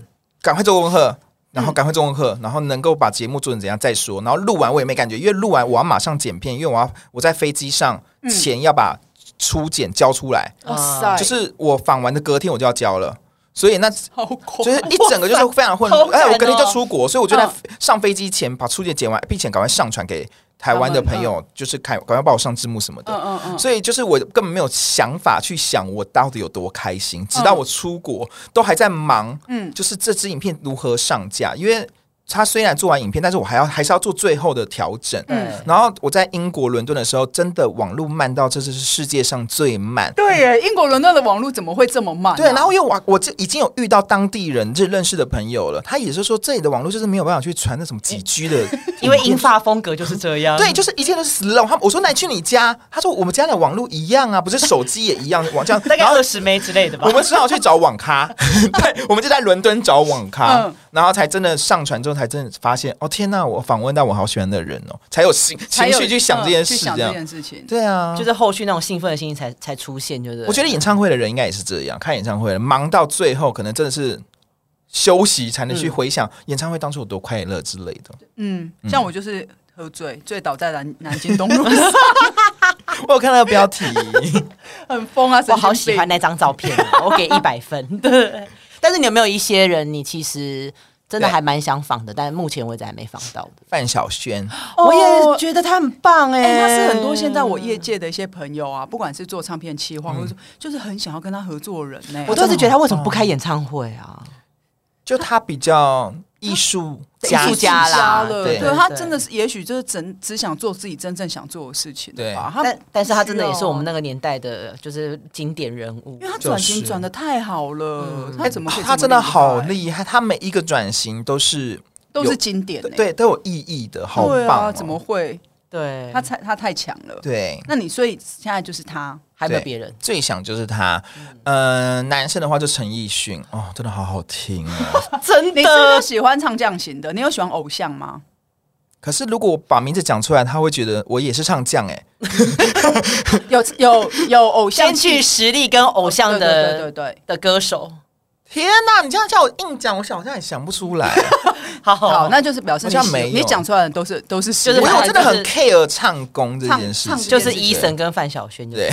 Speaker 3: 赶快做功课。然后赶快做功课，然后能够把节目做成怎样再说。然后录完我也没感觉，因为录完我要马上剪片，因为我要我在飞机上
Speaker 2: 嗯
Speaker 3: 前要把初剪交出来，
Speaker 2: 哇
Speaker 1: 嗯
Speaker 2: 塞，
Speaker 3: 就是我访完的隔天我就要交了，所以那
Speaker 2: 好 [laughs] 狂，
Speaker 3: 就是一整个就是非常混
Speaker 1: 好
Speaker 3: 乱。
Speaker 1: 感
Speaker 3: 哎，
Speaker 1: 哦
Speaker 3: 我隔天就出国，所以我就在
Speaker 2: 嗯
Speaker 3: 上飞机前把初剪剪完，并且赶快上传给台湾的朋友，就是看赶快帮我上字幕什么
Speaker 2: 嗯
Speaker 3: 的。
Speaker 2: 嗯嗯，
Speaker 3: 所以就是我根本没有想法去想我到底有多开心，直到我出国都还在忙，
Speaker 2: 嗯
Speaker 3: 嗯，就是这支影片如何上架，因为它虽然做完影片，但是我还要还是要做最后的调整。
Speaker 1: 对
Speaker 2: 嗯
Speaker 3: 然后我在英国伦敦的时候，真的网络慢到这是世界上最慢，
Speaker 2: 对耶，英国伦敦的网络怎么会这么慢啊、
Speaker 3: 对，然后因为我我这已经有遇到当地人就认识的朋友了，他也是说这里的网络就是没有办法去传那什么几 G 的，
Speaker 1: 因为嗯英法风格就是这样，，
Speaker 3: 对，就是一切都是 slow。他我说那你去你家，他说我们家的网络一样啊，不是手机也一样网这样
Speaker 1: [laughs] 大概
Speaker 3: 然后
Speaker 1: 二十枚之类的吧
Speaker 3: 我。们只好去找网咖，对，我们就在伦敦找网咖，
Speaker 2: 嗯
Speaker 3: 然后才真的上传之后才真的发现，哦天呐，我访问到我好喜欢的人哦，才有情
Speaker 2: 才
Speaker 3: 情
Speaker 2: 有
Speaker 3: 绪去想这件事
Speaker 2: 嗯去
Speaker 3: 这
Speaker 2: 想这
Speaker 3: 样，
Speaker 2: 件事情。
Speaker 3: 对啊，
Speaker 1: [laughs] 就是后续那种兴奋的心情才才出现，就是
Speaker 3: 我觉得演唱会的人应该也是这样，看演唱会的人忙到最后，可能真的是休息才能去回想演唱会当初有多快乐之类的。 [laughs]
Speaker 2: 嗯，像我就是喝醉，醉倒在南南京东路
Speaker 1: [laughs]
Speaker 2: 上，
Speaker 3: 我有看到标题， [laughs]
Speaker 2: 很疯啊！
Speaker 1: 我
Speaker 2: 神经
Speaker 1: 好喜
Speaker 2: 病
Speaker 1: 欢那张照片哦， [laughs] 我给一百分。对，但是你有没有一些人，你其实真的
Speaker 3: 对
Speaker 1: 还蛮想仿的，但目前为止还没仿到的？
Speaker 3: 范晓萱，
Speaker 2: 哦
Speaker 1: 觉得他很棒嗯哎
Speaker 2: 哎、他是很多现在我
Speaker 3: 哦
Speaker 2: 业界的一些朋友啊，不管是做唱片企
Speaker 3: 嗯
Speaker 2: 划，或者说就是很想要跟他合作的人呢、
Speaker 1: 我都是觉得他为什么不开演唱会啊？
Speaker 3: 就她比较艺术家
Speaker 1: 艺术家啦
Speaker 2: 了，
Speaker 3: 对
Speaker 2: 他真的是，也许就是真只想做自己真正想做的事情
Speaker 3: 对
Speaker 2: 吧。他
Speaker 1: 但但是他真的也是我们那个年代的，呃就是经典人物
Speaker 2: 啊哦因为。他转型
Speaker 3: 就是嗯哎
Speaker 2: 转的太好了，他怎么可以
Speaker 3: 哦
Speaker 2: 这么
Speaker 3: 她真的好
Speaker 2: 害，
Speaker 3: 厉害，她每一个转型都是
Speaker 2: 都是经典、欸，
Speaker 3: 对都有意义的，好
Speaker 2: 对
Speaker 3: 棒
Speaker 2: 啊，
Speaker 3: 哦！
Speaker 2: 怎么会？
Speaker 1: 对，
Speaker 2: 他太他太强了。
Speaker 3: 对？
Speaker 2: 那你所以现在就是他，
Speaker 1: 还有没有
Speaker 3: 对
Speaker 1: 别人？
Speaker 3: 最想就是她，呃，男生的话就陈奕迅哦，真的好好听
Speaker 2: [laughs]
Speaker 3: 哦。
Speaker 1: 真
Speaker 2: 你是不是喜欢唱这样型的？你有喜欢偶像吗？
Speaker 3: 可是如果我把名字讲出来，他会觉得我也是唱将哎、
Speaker 2: 有有有偶像
Speaker 1: 先
Speaker 2: 气
Speaker 1: 去
Speaker 2: 质
Speaker 1: 实力跟偶像
Speaker 2: 对对对
Speaker 1: 的
Speaker 2: 对
Speaker 1: 的歌手。
Speaker 3: 天哪！你这样叫我硬讲，我想好像也想不出来。
Speaker 1: 好
Speaker 2: 对，好，
Speaker 1: 好，
Speaker 2: 那就是表示你喜
Speaker 3: 哦好像没有
Speaker 2: 你讲出来的都是都是实
Speaker 1: [laughs] 就是
Speaker 3: 我
Speaker 2: 力
Speaker 1: 本
Speaker 3: 有
Speaker 1: 来
Speaker 3: 真的
Speaker 1: 就
Speaker 3: 很
Speaker 1: 是
Speaker 3: care 唱功这件事
Speaker 2: 唱
Speaker 3: 情，
Speaker 2: 唱
Speaker 1: 就是
Speaker 2: 对
Speaker 1: 伊森跟范晓萱。
Speaker 3: 对，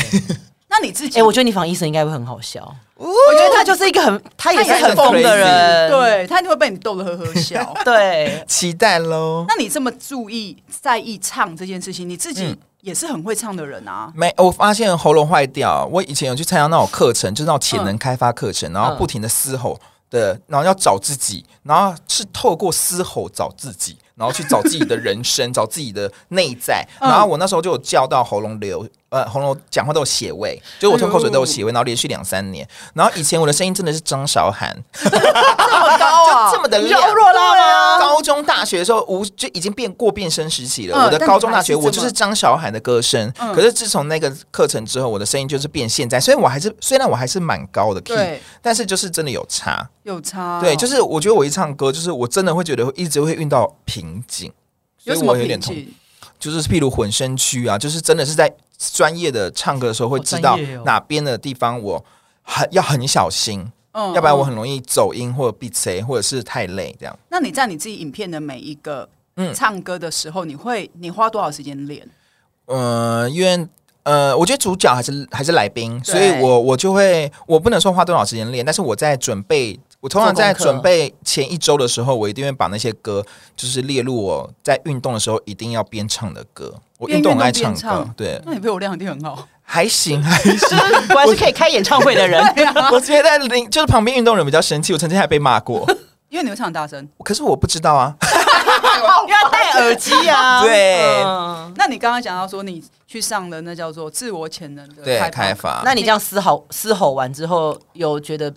Speaker 2: 那你自己，
Speaker 1: 哎，我觉得你仿伊森应该会很好笑。
Speaker 2: 我
Speaker 1: 我觉得他就是一个很，他也是很疯的人，
Speaker 2: 对他一定会被你逗得呵呵笑。 [laughs]
Speaker 1: 对，
Speaker 3: 期待喽。
Speaker 2: 那你这么注意在意唱这件事情，你自己
Speaker 3: 嗯
Speaker 2: 也是很会唱的人啊。
Speaker 3: 没，我发现喉咙坏掉。我以前有去参加那种课程，就是那种潜能开发课
Speaker 1: 嗯
Speaker 3: 程，然后不停的嘶吼的，然后要找自己，然后是透过嘶吼找自己，然后去找自己的人生， [laughs] 找自己的内在。
Speaker 2: 嗯
Speaker 3: 然后我那时候就有叫到喉咙流，呃，喉咙讲话都有血味，就是我吞口水都
Speaker 1: 哎
Speaker 3: 有血味，然后连续两三年。然后以前我的声音真的是张韶涵，
Speaker 2: 好
Speaker 1: [laughs]
Speaker 2: 高啊，
Speaker 3: 就这么的
Speaker 2: 你
Speaker 3: 亮啊
Speaker 2: 是欧若拉吗？
Speaker 3: 高中、大学的时候，无就已经变过变声时期了。
Speaker 2: 嗯
Speaker 3: 我的高中、大学，
Speaker 2: 但
Speaker 3: 我
Speaker 2: 你还是这么
Speaker 3: 就是张韶涵的歌声。
Speaker 2: 嗯
Speaker 3: 可是自从那个课程之后，我的声音就是变现在。虽然我还是，虽然我还是蛮高的 key，
Speaker 2: 对，
Speaker 3: 但是就是真的有差。
Speaker 2: 有差哦。
Speaker 3: 对，就是我觉得我一唱歌，就是我真的会觉得一直会遇到瓶颈。所
Speaker 2: 有
Speaker 3: 以
Speaker 2: 什么
Speaker 3: 我有点
Speaker 2: 瓶
Speaker 3: 痛，
Speaker 2: 颈？
Speaker 3: 就是譬如混声区啊，就是真的是在专业的唱歌的时候会知
Speaker 1: 好
Speaker 3: 道
Speaker 1: 专业哦
Speaker 3: 哪边的地方我很要很小心，
Speaker 2: 嗯
Speaker 3: 要不然我
Speaker 2: 嗯
Speaker 3: 很容易走音或者闭塞，或者是太累这样。
Speaker 2: 那你在你自己影片的每一个
Speaker 3: 嗯
Speaker 2: 唱歌的时候，你会你花多少时间练？
Speaker 3: 呃，因为呃，我觉得主角还是还是来宾，
Speaker 2: 对
Speaker 3: 所以我我就会我不能说花多少时间练，但是我在准备，我通常
Speaker 1: 做功
Speaker 3: 在
Speaker 1: 课
Speaker 3: 准备前一周的时候，我一定会把那些歌就是列入我在运动的时候一定要边唱的歌。我
Speaker 2: 边
Speaker 3: 运动很爱
Speaker 2: 运
Speaker 3: 唱
Speaker 2: 动边
Speaker 3: 歌，
Speaker 2: 唱
Speaker 3: 对，
Speaker 2: 那你肺活量一定很好。
Speaker 3: 还行还行。
Speaker 1: 就
Speaker 2: [laughs]
Speaker 1: 是果然是可以开演唱会的人。
Speaker 3: 我觉得林就是旁边运动人比较生气，我曾经还被骂过，
Speaker 2: 因为你们唱很大声。
Speaker 3: 可是我不知道啊。
Speaker 1: 要戴耳机啊。
Speaker 3: [laughs] 对
Speaker 1: 嗯
Speaker 2: 那你刚刚讲到说你去上了那叫做自我潜能的
Speaker 3: 对，开
Speaker 2: 开发，
Speaker 3: 发。
Speaker 1: 那你这样嘶吼嘶吼完之后，有觉得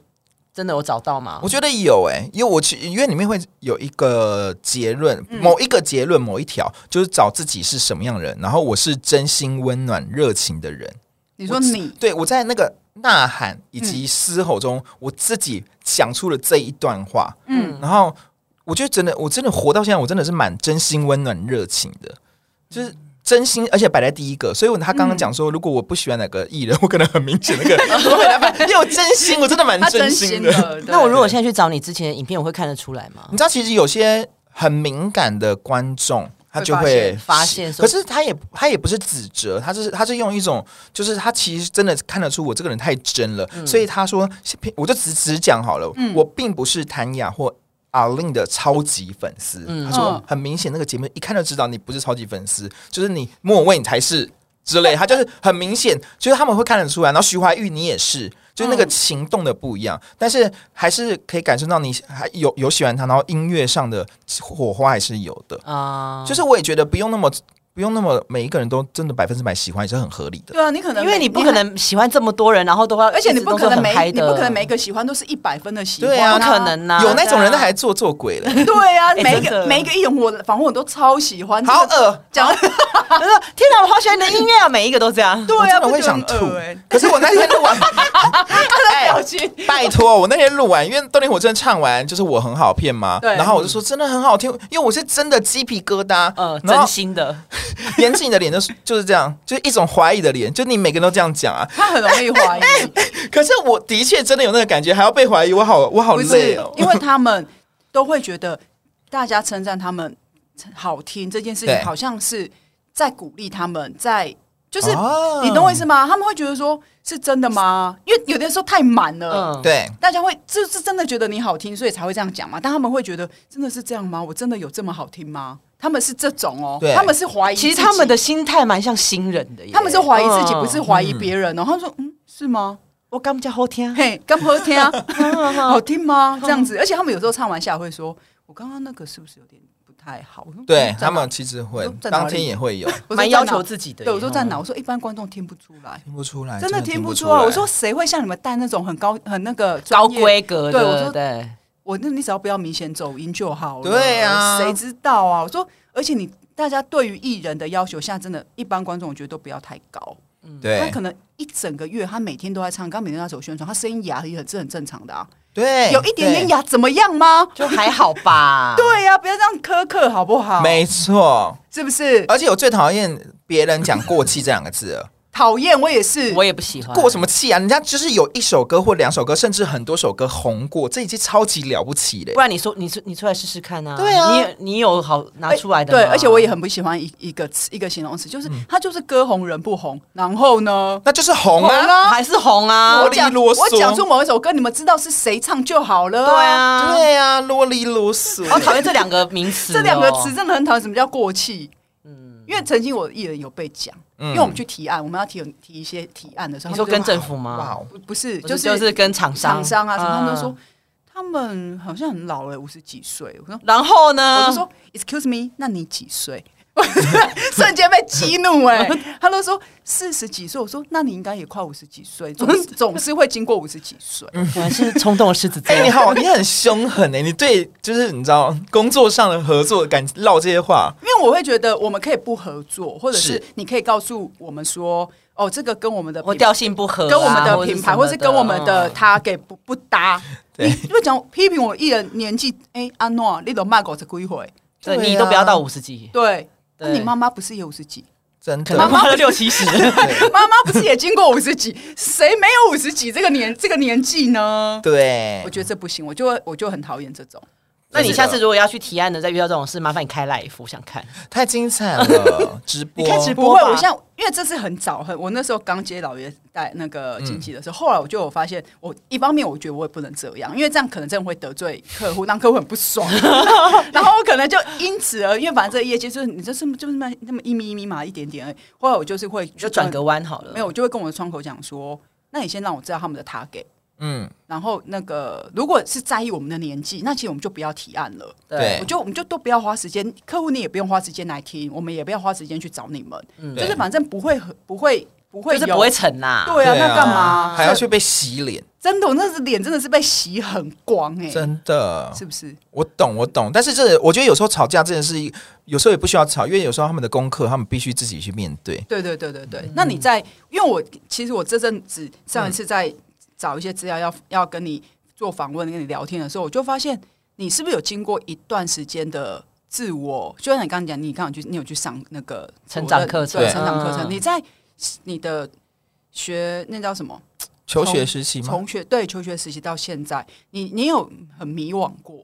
Speaker 1: 真的有找到吗
Speaker 3: 我？觉得有哎、因为我去因为里面会有一个结论，某一个结论，某一条就是找自己是什么样的人，然后我是真心温暖热情的人。
Speaker 2: 你说你
Speaker 3: 对我在那个呐喊以及嘶吼中，我自己想出了这一段话，
Speaker 2: 嗯，
Speaker 3: 然后我觉得真的，我真的活到现在，我真的是蛮真心温暖热情的，就是。真心，而且摆在第一个，所以我他刚刚讲说，如果我不喜欢哪个艺人，我可能很明显那个， [laughs] 我会来反因为我真心，我真的蛮
Speaker 2: 他
Speaker 3: 真
Speaker 2: 真
Speaker 3: 心
Speaker 2: 心
Speaker 3: 的。
Speaker 1: [laughs]
Speaker 2: 的。对
Speaker 1: 那我如果现在去找你之前的影片，我会看得出来吗
Speaker 3: 你？知道，其实有些很敏感的观众，他就会
Speaker 2: 会
Speaker 1: 发现发现说
Speaker 3: 可是他也他也不是指责，他是他是用一种，就是他其实真的看得出我这个人太真了，
Speaker 1: 嗯
Speaker 3: 所以他说，我就直直讲好了，我并不是谭雅或。阿令的超级粉丝，
Speaker 1: 嗯
Speaker 3: 他说
Speaker 2: 嗯
Speaker 3: 很明显，那个节目一看就知道你不是超级粉丝，就是你莫问你才是之类，他就是很明显，就是他们会看得出来。然后徐怀钰你也是，就是那个行动的不一样，
Speaker 2: 嗯
Speaker 3: 但是还是可以感受到你还有有喜欢他，然后音乐上的火花还是有
Speaker 2: 嗯
Speaker 3: 的。
Speaker 1: 啊、
Speaker 3: 就是我也觉得不用那么不用那么每一个人都真的百分之百喜欢也是很合理的。
Speaker 2: 对啊，你可能
Speaker 1: 因为你不可
Speaker 2: 还，
Speaker 1: 能喜欢这么多人，然后都要，
Speaker 2: 而且你
Speaker 1: 一直
Speaker 2: 不
Speaker 1: 都
Speaker 2: 可
Speaker 1: 是
Speaker 2: 能
Speaker 1: 很
Speaker 2: 每
Speaker 1: 嗨
Speaker 2: 你
Speaker 1: 的
Speaker 2: 不可能每一个喜欢都是一百分的喜欢，
Speaker 3: 对啊
Speaker 1: 不可。能呐、啊，
Speaker 3: 有那种人
Speaker 1: 对
Speaker 3: 他
Speaker 1: 啊
Speaker 3: 还做作鬼嘞，
Speaker 2: 对啊，
Speaker 1: 哎
Speaker 2: 每一
Speaker 1: 真的
Speaker 2: 个每一个艺人，我反正我都超喜欢。
Speaker 3: 好
Speaker 2: 这个
Speaker 3: 恶。
Speaker 2: 讲
Speaker 1: 他说：“天哪，我好喜欢你的音乐啊！”每一个都这样。
Speaker 2: 对啊，
Speaker 3: 我真的会想
Speaker 2: 不觉得很
Speaker 3: 吐
Speaker 2: 恶欸
Speaker 3: 可是我那天录
Speaker 2: [laughs]
Speaker 3: 完，哎
Speaker 2: 他的表情，
Speaker 3: 拜托，我那天录完，因为《动力火车》唱完就是我很好骗嘛，
Speaker 2: 对
Speaker 3: 然后我就说真的很好听，因为我是真的鸡皮疙瘩，
Speaker 2: 嗯
Speaker 1: 呃，
Speaker 3: 然
Speaker 1: 真
Speaker 3: 后
Speaker 1: 心的，
Speaker 2: [laughs]
Speaker 3: 严谨的脸就是就是这样，就是一种怀疑的脸，就你每个人都这样讲啊。
Speaker 2: 他很容
Speaker 1: [laughs]
Speaker 2: 易怀疑，
Speaker 3: 可是我的确真的有那个感觉，还要被怀疑，我好我好
Speaker 2: 不是
Speaker 3: 累哦。
Speaker 2: 因为他们都会觉得大家称赞他们好听这件事情
Speaker 3: 对，
Speaker 2: 好像是在鼓励他们，在就是
Speaker 3: 哦
Speaker 2: 你懂我意思吗？他们会觉得说是真的吗？因为有的时候太满了。
Speaker 1: 嗯，，
Speaker 3: 对，
Speaker 2: 大家会这是真的觉得你好听，所以才会这样讲嘛？但他们会觉得真的是这样吗？我真的有这么好听吗？他们是这种哦
Speaker 3: 对，
Speaker 2: 他们是怀疑自己，
Speaker 1: 其实他们的心态蛮像新人的耶，
Speaker 2: 他们是怀疑自己，
Speaker 1: 嗯
Speaker 2: 不是怀疑别人哦。他说：“嗯，是吗？
Speaker 1: 我刚较好听，
Speaker 2: 嘿，刚好
Speaker 1: [laughs]
Speaker 2: 听啊，
Speaker 1: 嗯
Speaker 2: 好听吗？这样子。”而且他们有时候唱完下来会说：“我刚刚那个是不是有点不太好？”我说
Speaker 3: 对
Speaker 2: 嗯在
Speaker 3: 他
Speaker 2: 哪
Speaker 3: 们其实会
Speaker 2: 我说在哪里
Speaker 3: 当天也会有，
Speaker 2: 我说
Speaker 1: 蛮
Speaker 2: 在
Speaker 1: 要
Speaker 2: 哪
Speaker 1: 求自己的耶。
Speaker 2: 对，我说在哪？
Speaker 1: 哦
Speaker 2: 我说一般观众听不出来，
Speaker 3: 哎听不出来，
Speaker 2: 真的听
Speaker 3: 不
Speaker 2: 不出来。我说谁会像你们戴那种很高、很那个
Speaker 1: 高
Speaker 2: 专业？
Speaker 1: 规格
Speaker 2: 对我
Speaker 1: 的，
Speaker 2: 说
Speaker 1: 对，
Speaker 2: 我那你只要不要明显走音就好了。
Speaker 3: 对啊
Speaker 2: 谁知道啊？我说，而且你大家对于艺人的要求，现在真的，一般观众我觉得都不要太高。他
Speaker 3: 对
Speaker 2: 可能一整个月，他每天都在唱，歌，每天都在走宣传，他声音哑也很是很正常的啊，
Speaker 3: 对，啊
Speaker 2: 有一点点哑怎么样吗？
Speaker 1: 就还好吧。
Speaker 2: [laughs] 对呀、不要这样苛刻好不好
Speaker 3: 对，？没错。
Speaker 2: 是不是？
Speaker 3: 而且我最讨厌别人讲过气这两个字了。
Speaker 2: 讨厌我也是，
Speaker 1: 我也不喜欢
Speaker 3: 过什么气啊？人家就是有一首歌或两首歌，甚至很多首歌红过，这已经超级了不起嘞
Speaker 1: 不。然你说，你出你出来试试看啊！
Speaker 3: 对啊
Speaker 1: 你有你有好拿出来的吗、
Speaker 2: 哎对，而且我也很不喜欢一一个词一个形容词，就是
Speaker 3: 嗯
Speaker 2: 他就是歌红人不红，然后呢？
Speaker 3: 那就是红
Speaker 2: 红
Speaker 3: 啊，
Speaker 2: 了
Speaker 1: 还是红
Speaker 3: 我
Speaker 1: 啊！
Speaker 2: 我
Speaker 3: 啰里
Speaker 2: 讲
Speaker 3: 啰嗦
Speaker 2: 我讲出某一首歌，你们知道是谁唱就好了、
Speaker 1: 对，啊，
Speaker 3: 对啊，啰里啰
Speaker 1: [laughs]
Speaker 3: 嗦。
Speaker 1: 我讨厌这两个名词哦、
Speaker 2: 这两个词真的很讨厌。什么叫过气？嗯，因为曾经我艺人有被讲，因为我们去提案，我们要提提一些提案的时候，
Speaker 1: 你
Speaker 2: 他
Speaker 1: 说
Speaker 2: 们就啊
Speaker 1: 跟政府吗？
Speaker 3: 哇哦，
Speaker 2: 不不是，
Speaker 1: 不是
Speaker 2: 是
Speaker 1: 就是跟厂商
Speaker 2: 厂商啊什么，他们
Speaker 1: 嗯
Speaker 2: 都说他们好像很老了，五十几岁。我说，
Speaker 1: 然后呢？
Speaker 2: 我就说，Excuse me，那你几岁？ [laughs] 瞬间被激
Speaker 1: [laughs]
Speaker 2: 怒哎、他都说四十几岁，我说那你应该也快五十几岁，总是总是会经过五十几岁。
Speaker 1: 果然是冲动的狮子
Speaker 3: [laughs]
Speaker 1: 座
Speaker 3: 哎、。你好，你很凶狠哎、你对就是你知道工作上的合作敢唠这些话，
Speaker 2: 因为我会觉得我们可以不合作，或者是
Speaker 3: 是
Speaker 2: 你可以告诉我们说，哦，这个跟我们的
Speaker 1: 我
Speaker 2: 品牌
Speaker 1: 调性不合啊、
Speaker 2: 跟我们的
Speaker 1: 或者
Speaker 2: 品牌，
Speaker 1: 什么
Speaker 2: 或是跟我们的
Speaker 1: 嗯
Speaker 2: 他给不不搭。
Speaker 3: 对
Speaker 2: 你就讲批评我艺人年纪，哎，安诺，你都骂狗子几回？
Speaker 1: 对
Speaker 3: 对啊
Speaker 1: 你都不要到五十几，
Speaker 2: 对，
Speaker 1: 对
Speaker 2: 那你妈妈不是也五十几？
Speaker 3: 真
Speaker 1: 可能
Speaker 3: 的。
Speaker 1: 花了六七十。
Speaker 2: 啊妈妈不是也经过五十几？ [laughs] 谁没有五十几这个年这个年纪呢？
Speaker 3: 对
Speaker 2: 我，觉得这不行，我就会我就很讨厌这种。
Speaker 1: [laughs] 那你下次如果要去提案的，再遇到这种事，麻烦你开 live，我想看。
Speaker 3: 太精彩
Speaker 2: [laughs]
Speaker 3: 了，直播
Speaker 1: 你开 [laughs] 直播
Speaker 2: 不会，
Speaker 1: 吧
Speaker 2: 我现在因为这次很早，很我那时候刚接老爷带那个经纪的
Speaker 1: 嗯
Speaker 2: 时候，后来我就有发现，我一方面我觉得我也不能这样，因为这样可能真的会得罪客户，让客户很
Speaker 1: [laughs]
Speaker 2: 不爽， [laughs] 然后我可能就因此而，因为反正这个业绩就是你就是就是那么那么一咪一咪嘛，一点点而已。后来我就是会
Speaker 1: 就转个弯好了。
Speaker 2: 没有，，我就会跟我的窗口讲说，那你先让我知道他们的 target。
Speaker 3: 嗯，
Speaker 2: 然后那个，如果是在意我们的年纪，那其实我们就不要提案了。
Speaker 3: 对
Speaker 2: 我就我们就都不要花时间，客户你也不用花时间来听，我们也不要花时间去找你们，就
Speaker 3: 对
Speaker 2: 是反正不会不会不会
Speaker 1: 就是
Speaker 2: 有
Speaker 1: 不会成啦。
Speaker 2: 对啊，
Speaker 3: 对
Speaker 2: 那干嘛
Speaker 3: 还要去被洗脸？
Speaker 2: 真的，我那是脸真的是被洗很光哎、
Speaker 3: 真的，
Speaker 2: 是不是？
Speaker 3: 我懂，我懂。但是这我觉得有时候吵架这件事，有时候也不需要吵，因为有时候他们的功课，他们必须自己去面对。
Speaker 2: 对对对对对。
Speaker 1: 嗯
Speaker 2: 那你在，因为我其实我这阵子上一次在找一些资料要要跟你做访问、跟你聊天的时候，我就发现你是不是有经过一段时间的自我，就像你刚刚讲，你刚刚有去你有去上那个
Speaker 1: 成长课程
Speaker 2: 对成长课程，
Speaker 1: 嗯
Speaker 2: 你在你的学那叫什么？
Speaker 3: 求学时期吗？
Speaker 2: 从学对求学时期到现在，你你有很迷惘过？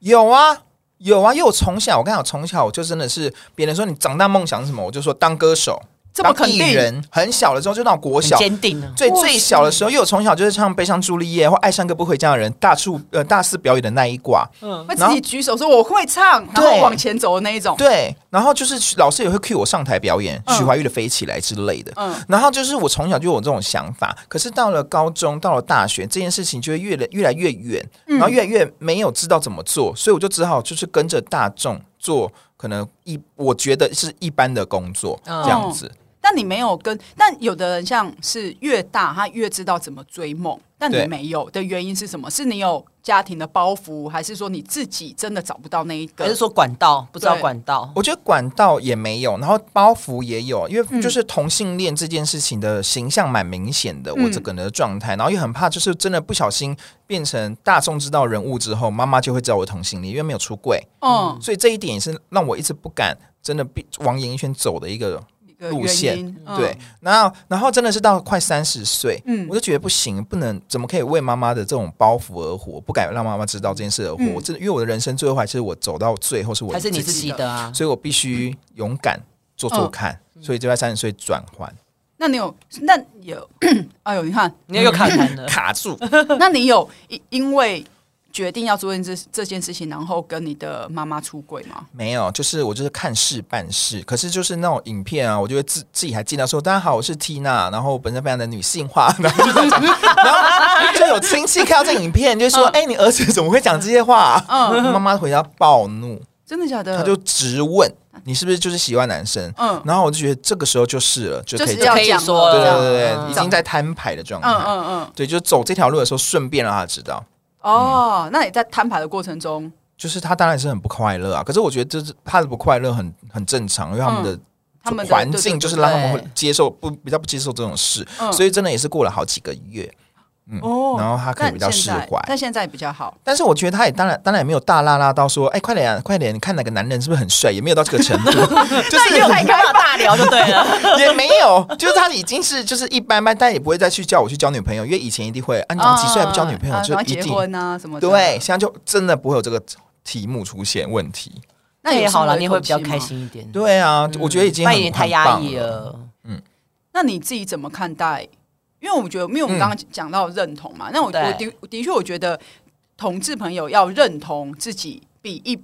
Speaker 3: 有啊，有啊，因为我从小，我刚讲从小我就真的是，别人说你长大梦想是什么，我就说当歌手，
Speaker 2: 这么
Speaker 3: 当
Speaker 2: 肯
Speaker 3: 艺
Speaker 2: 定，
Speaker 3: 人。很小的时候就到国
Speaker 1: 很
Speaker 3: 小。
Speaker 1: 坚定啊。
Speaker 3: 最
Speaker 2: 哇
Speaker 3: 最小的时候，因为我从小就是唱《悲伤朱丽叶》或《爱上个不回家的人》，大处呃大四表演的那一挂，
Speaker 1: 嗯，
Speaker 2: 会自己举手说我会唱，然后
Speaker 3: 对
Speaker 2: 往前走的那一种。
Speaker 3: 对，然后就是老师也会 cue 我上台表演，
Speaker 2: 嗯
Speaker 3: 许怀玉的《飞起来》之类的。
Speaker 2: 嗯，
Speaker 3: 然后就是我从小就有这种想法，可是到了高中，到了大学，这件事情就会越来越来越远，
Speaker 2: 嗯
Speaker 3: 然后越来越没有知道怎么做，所以我就只好就是跟着大众做，可能一我觉得是一般的工作
Speaker 1: 嗯
Speaker 3: 这样子。
Speaker 2: 但你没有跟，但有的人像是越大，他越知道怎么追梦，但你
Speaker 3: 对
Speaker 2: 没有的原因是什么？是你有家庭的包袱，还是说你自己真的找不到那一
Speaker 1: 还是
Speaker 2: 个？
Speaker 1: 说管道不知道
Speaker 2: 对
Speaker 1: 管道？
Speaker 3: 我觉得管道也没有，然后包袱也有，因
Speaker 2: 嗯
Speaker 3: 为就是同性恋这件事情的形象蛮明显的，
Speaker 2: 嗯
Speaker 3: 我这个人的状态，然后也很怕就是真的不小心变成大众知道人物之后，妈妈就会知道我同性恋，因为没有出柜，
Speaker 2: 嗯，
Speaker 3: 所以这一点也是让我一直不敢真的避往演艺圈走的一个
Speaker 2: 一个
Speaker 3: 路
Speaker 2: 原
Speaker 3: 线
Speaker 2: 因，嗯
Speaker 3: 对，，然后然后真的是到快三十岁，
Speaker 2: 嗯
Speaker 3: 我就觉得不行，不能怎么可以为妈妈的这种包袱而活，不敢让妈妈知道这件事而活。
Speaker 2: 嗯
Speaker 3: 我真的因为我的人生最后还是我走到最后是我
Speaker 1: 还是你自
Speaker 3: 己
Speaker 1: 己的啊？
Speaker 3: 所以我必须勇敢做做
Speaker 2: 嗯
Speaker 3: 看，所以就在三十岁转换
Speaker 2: 那你有那有， [coughs] 哎呦，你看，
Speaker 1: 你又看看
Speaker 2: [laughs]
Speaker 1: 了，
Speaker 3: 卡住。
Speaker 2: 那你有因因为决定要做这这件事情，然后跟你的妈妈出轨吗？
Speaker 3: 没有，就是我就是看事办事，可是就是那种影片啊，我就会自自己还记得说，大家好，我是 Tina，然后本身非常的女性化，然后就这样讲然后就有亲戚看到这影片就
Speaker 2: 嗯
Speaker 3: 说，哎、你儿子怎么会讲这些话、啊妈妈回家暴怒，
Speaker 2: 真的假的？
Speaker 3: 她就直问你是不是就是喜欢男生，
Speaker 2: 嗯
Speaker 3: 然后我就觉得这个时候就是了，就
Speaker 2: 就
Speaker 3: 可以
Speaker 2: 是
Speaker 3: 这样，
Speaker 2: 要
Speaker 1: 可以
Speaker 2: 讲哦
Speaker 1: 说
Speaker 3: 对对
Speaker 1: 了这样
Speaker 3: 对
Speaker 1: 嗯
Speaker 3: 对，已经在摊牌的状态，
Speaker 2: 嗯嗯嗯，
Speaker 3: 对，就是走这条路的时候，顺便让他知道。
Speaker 2: 哦，那你在摊牌的过程中，
Speaker 3: 就是他当然是很不快乐啊，可是我觉得就是他的不快乐很很正常，因为他们的
Speaker 2: 嗯他们的
Speaker 3: 环
Speaker 2: 对对
Speaker 3: 境
Speaker 2: 对
Speaker 3: 就是
Speaker 1: 对
Speaker 3: 让他们
Speaker 1: 对
Speaker 3: 会接受不比较不接受这种事，
Speaker 2: 嗯
Speaker 3: 所以真的也是过了好几个月，
Speaker 2: 哦
Speaker 3: 嗯然后他可以比较释怀。
Speaker 2: 但现在比较好。
Speaker 3: 但是我觉得他也当然当然也没有大辣辣到说，哎、快点、啊、快点，你看哪个男人是不是很帅，也没有到这个程度， [laughs] 就是
Speaker 1: 你干嘛大聊就对了。
Speaker 3: 也没有，就是他已经是就是一般般，但也不会再去叫我去交女朋友，因为以前一定会，啊，你长几岁还不交女朋友，
Speaker 2: 啊
Speaker 3: 就
Speaker 2: 然后
Speaker 3: 一
Speaker 2: 结
Speaker 3: 定
Speaker 2: 婚啊什么的。
Speaker 3: 对，，现在就真的不会有这个题目出现问题。
Speaker 2: [laughs] 那
Speaker 1: 也
Speaker 2: 也
Speaker 1: 哎好
Speaker 2: 了，
Speaker 1: 了，你也会比较开。心一点。
Speaker 3: 对啊，我觉得已经
Speaker 2: 嗯
Speaker 1: 不然
Speaker 3: 很
Speaker 1: 有点太
Speaker 3: 很
Speaker 1: 压
Speaker 3: 棒
Speaker 1: 抑了。
Speaker 2: 那你自己怎么看待？因为我觉得，因为我们刚刚讲到认同嘛，那我我
Speaker 1: 嗯对
Speaker 2: 的的确我觉得同志朋友要认同自己比一。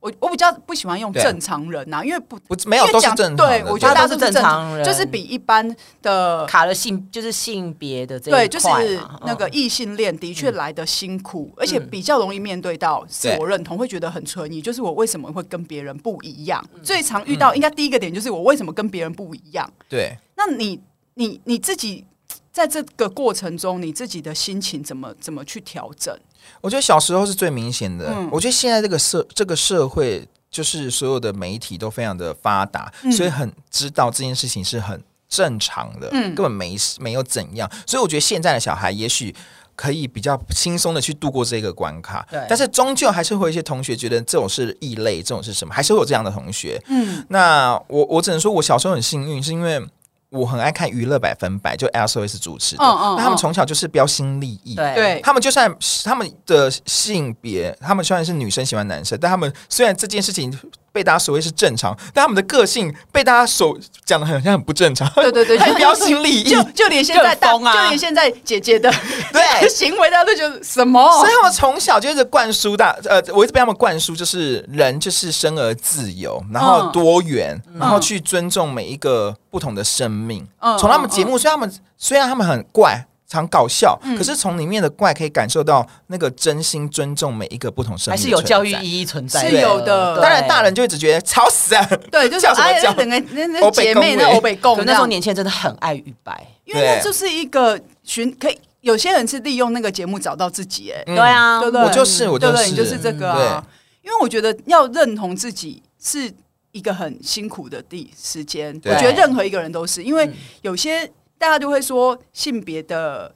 Speaker 2: 我我比较不喜欢用
Speaker 3: 对
Speaker 2: 正常人啊呐、因为不
Speaker 3: 不没有
Speaker 2: 因为
Speaker 3: 都是
Speaker 2: 讲
Speaker 3: 正常
Speaker 2: 对
Speaker 3: 的
Speaker 2: 我觉
Speaker 3: 对啊
Speaker 1: 他
Speaker 2: 得大家
Speaker 1: 都是
Speaker 2: 都是
Speaker 1: 正
Speaker 2: 正
Speaker 1: 常人，
Speaker 2: 就是比一般的
Speaker 1: 卡了性，就是性别的这一
Speaker 2: 对，就是
Speaker 1: 块嘛
Speaker 2: 那个
Speaker 1: 嗯
Speaker 2: 异性恋的确来的辛苦，而且比较容易面对到自我认同，会觉得很存疑，就是我为什么会跟别人不一样？
Speaker 1: 嗯
Speaker 2: 最常遇到应该第一个点就是我为什么跟别人不一样？
Speaker 3: 对，
Speaker 2: 那你你你自己在这个过程中，你自己的心情怎么怎么去调整？
Speaker 3: 我觉得小时候是最明显的。
Speaker 2: 嗯
Speaker 3: 我觉得现在这个社这个社会，就是所有的媒体都非常的发达，
Speaker 2: 嗯
Speaker 3: 所以很知道这件事情是很正常的，
Speaker 2: 嗯
Speaker 3: 根本没事没有怎样。所以我觉得现在的小孩也许。可以比较轻松的去度过这个关卡
Speaker 1: 对，
Speaker 3: 但是终究还是会有一些同学觉得这种是异类，这种是什么，还是会有这样的同学。
Speaker 2: 嗯
Speaker 3: 那我我只能说，我小时候很幸运，是因为我很爱看娱乐百分百，就 SOS 主持的，
Speaker 2: 嗯嗯嗯
Speaker 3: 那他们从小就是标新立异，
Speaker 1: 对
Speaker 2: 对，
Speaker 3: 他们就算他们的性别，他们虽然是女生喜欢男生，但他们虽然这件事情被大家所谓是正常，但他们的个性被大家所讲的很像很不正常，[laughs]
Speaker 2: 对对对，
Speaker 3: 很
Speaker 2: 就
Speaker 3: 标新立异，
Speaker 2: 就就连现在大，
Speaker 1: 就很疯啊哎
Speaker 2: 就连现在姐姐的
Speaker 3: 对
Speaker 2: [laughs] 行为，大家都觉得什么
Speaker 1: 哦
Speaker 3: 所以？他们从小就一直灌输大，呃，我一直被他们灌输，就是人就是生而自由，
Speaker 1: 嗯
Speaker 3: 然后多元，然后去尊重每一个不同的生命。
Speaker 2: 嗯
Speaker 3: 从他们节目，虽然他们虽然他们很怪。常搞笑，
Speaker 1: 嗯
Speaker 3: 可是从里面的怪可以感受到那个真心尊重每一个不同生
Speaker 1: 还
Speaker 3: [laughs] 命，
Speaker 1: 是有教育。意义存在的，
Speaker 2: 是有的
Speaker 1: 对
Speaker 3: 当然，大人就一直觉得吵死啊！
Speaker 2: 对，就是
Speaker 3: 叫什
Speaker 2: 哎
Speaker 3: 么，叫
Speaker 2: 那？整个那那
Speaker 3: 欧北
Speaker 2: 姐
Speaker 3: 共
Speaker 2: 妹
Speaker 3: 委
Speaker 2: 那欧北共
Speaker 1: 欸可
Speaker 2: 这样，
Speaker 1: 那时候年轻人真的很爱玉白，
Speaker 2: 因为
Speaker 3: 对
Speaker 2: 那就是一个寻可以，有些人是利用那个节目找到自己、哎、
Speaker 3: 嗯
Speaker 1: 对，啊，
Speaker 2: 对不对？
Speaker 3: 我就是我
Speaker 2: 对不
Speaker 3: 就
Speaker 2: 对
Speaker 3: 是，
Speaker 2: 你就是这个啊。因为我觉得要认同自己是一个很辛苦的地时间，我
Speaker 3: 对
Speaker 2: 觉得任何一个人都是，因为
Speaker 1: 嗯
Speaker 2: 有些大家都会说性别的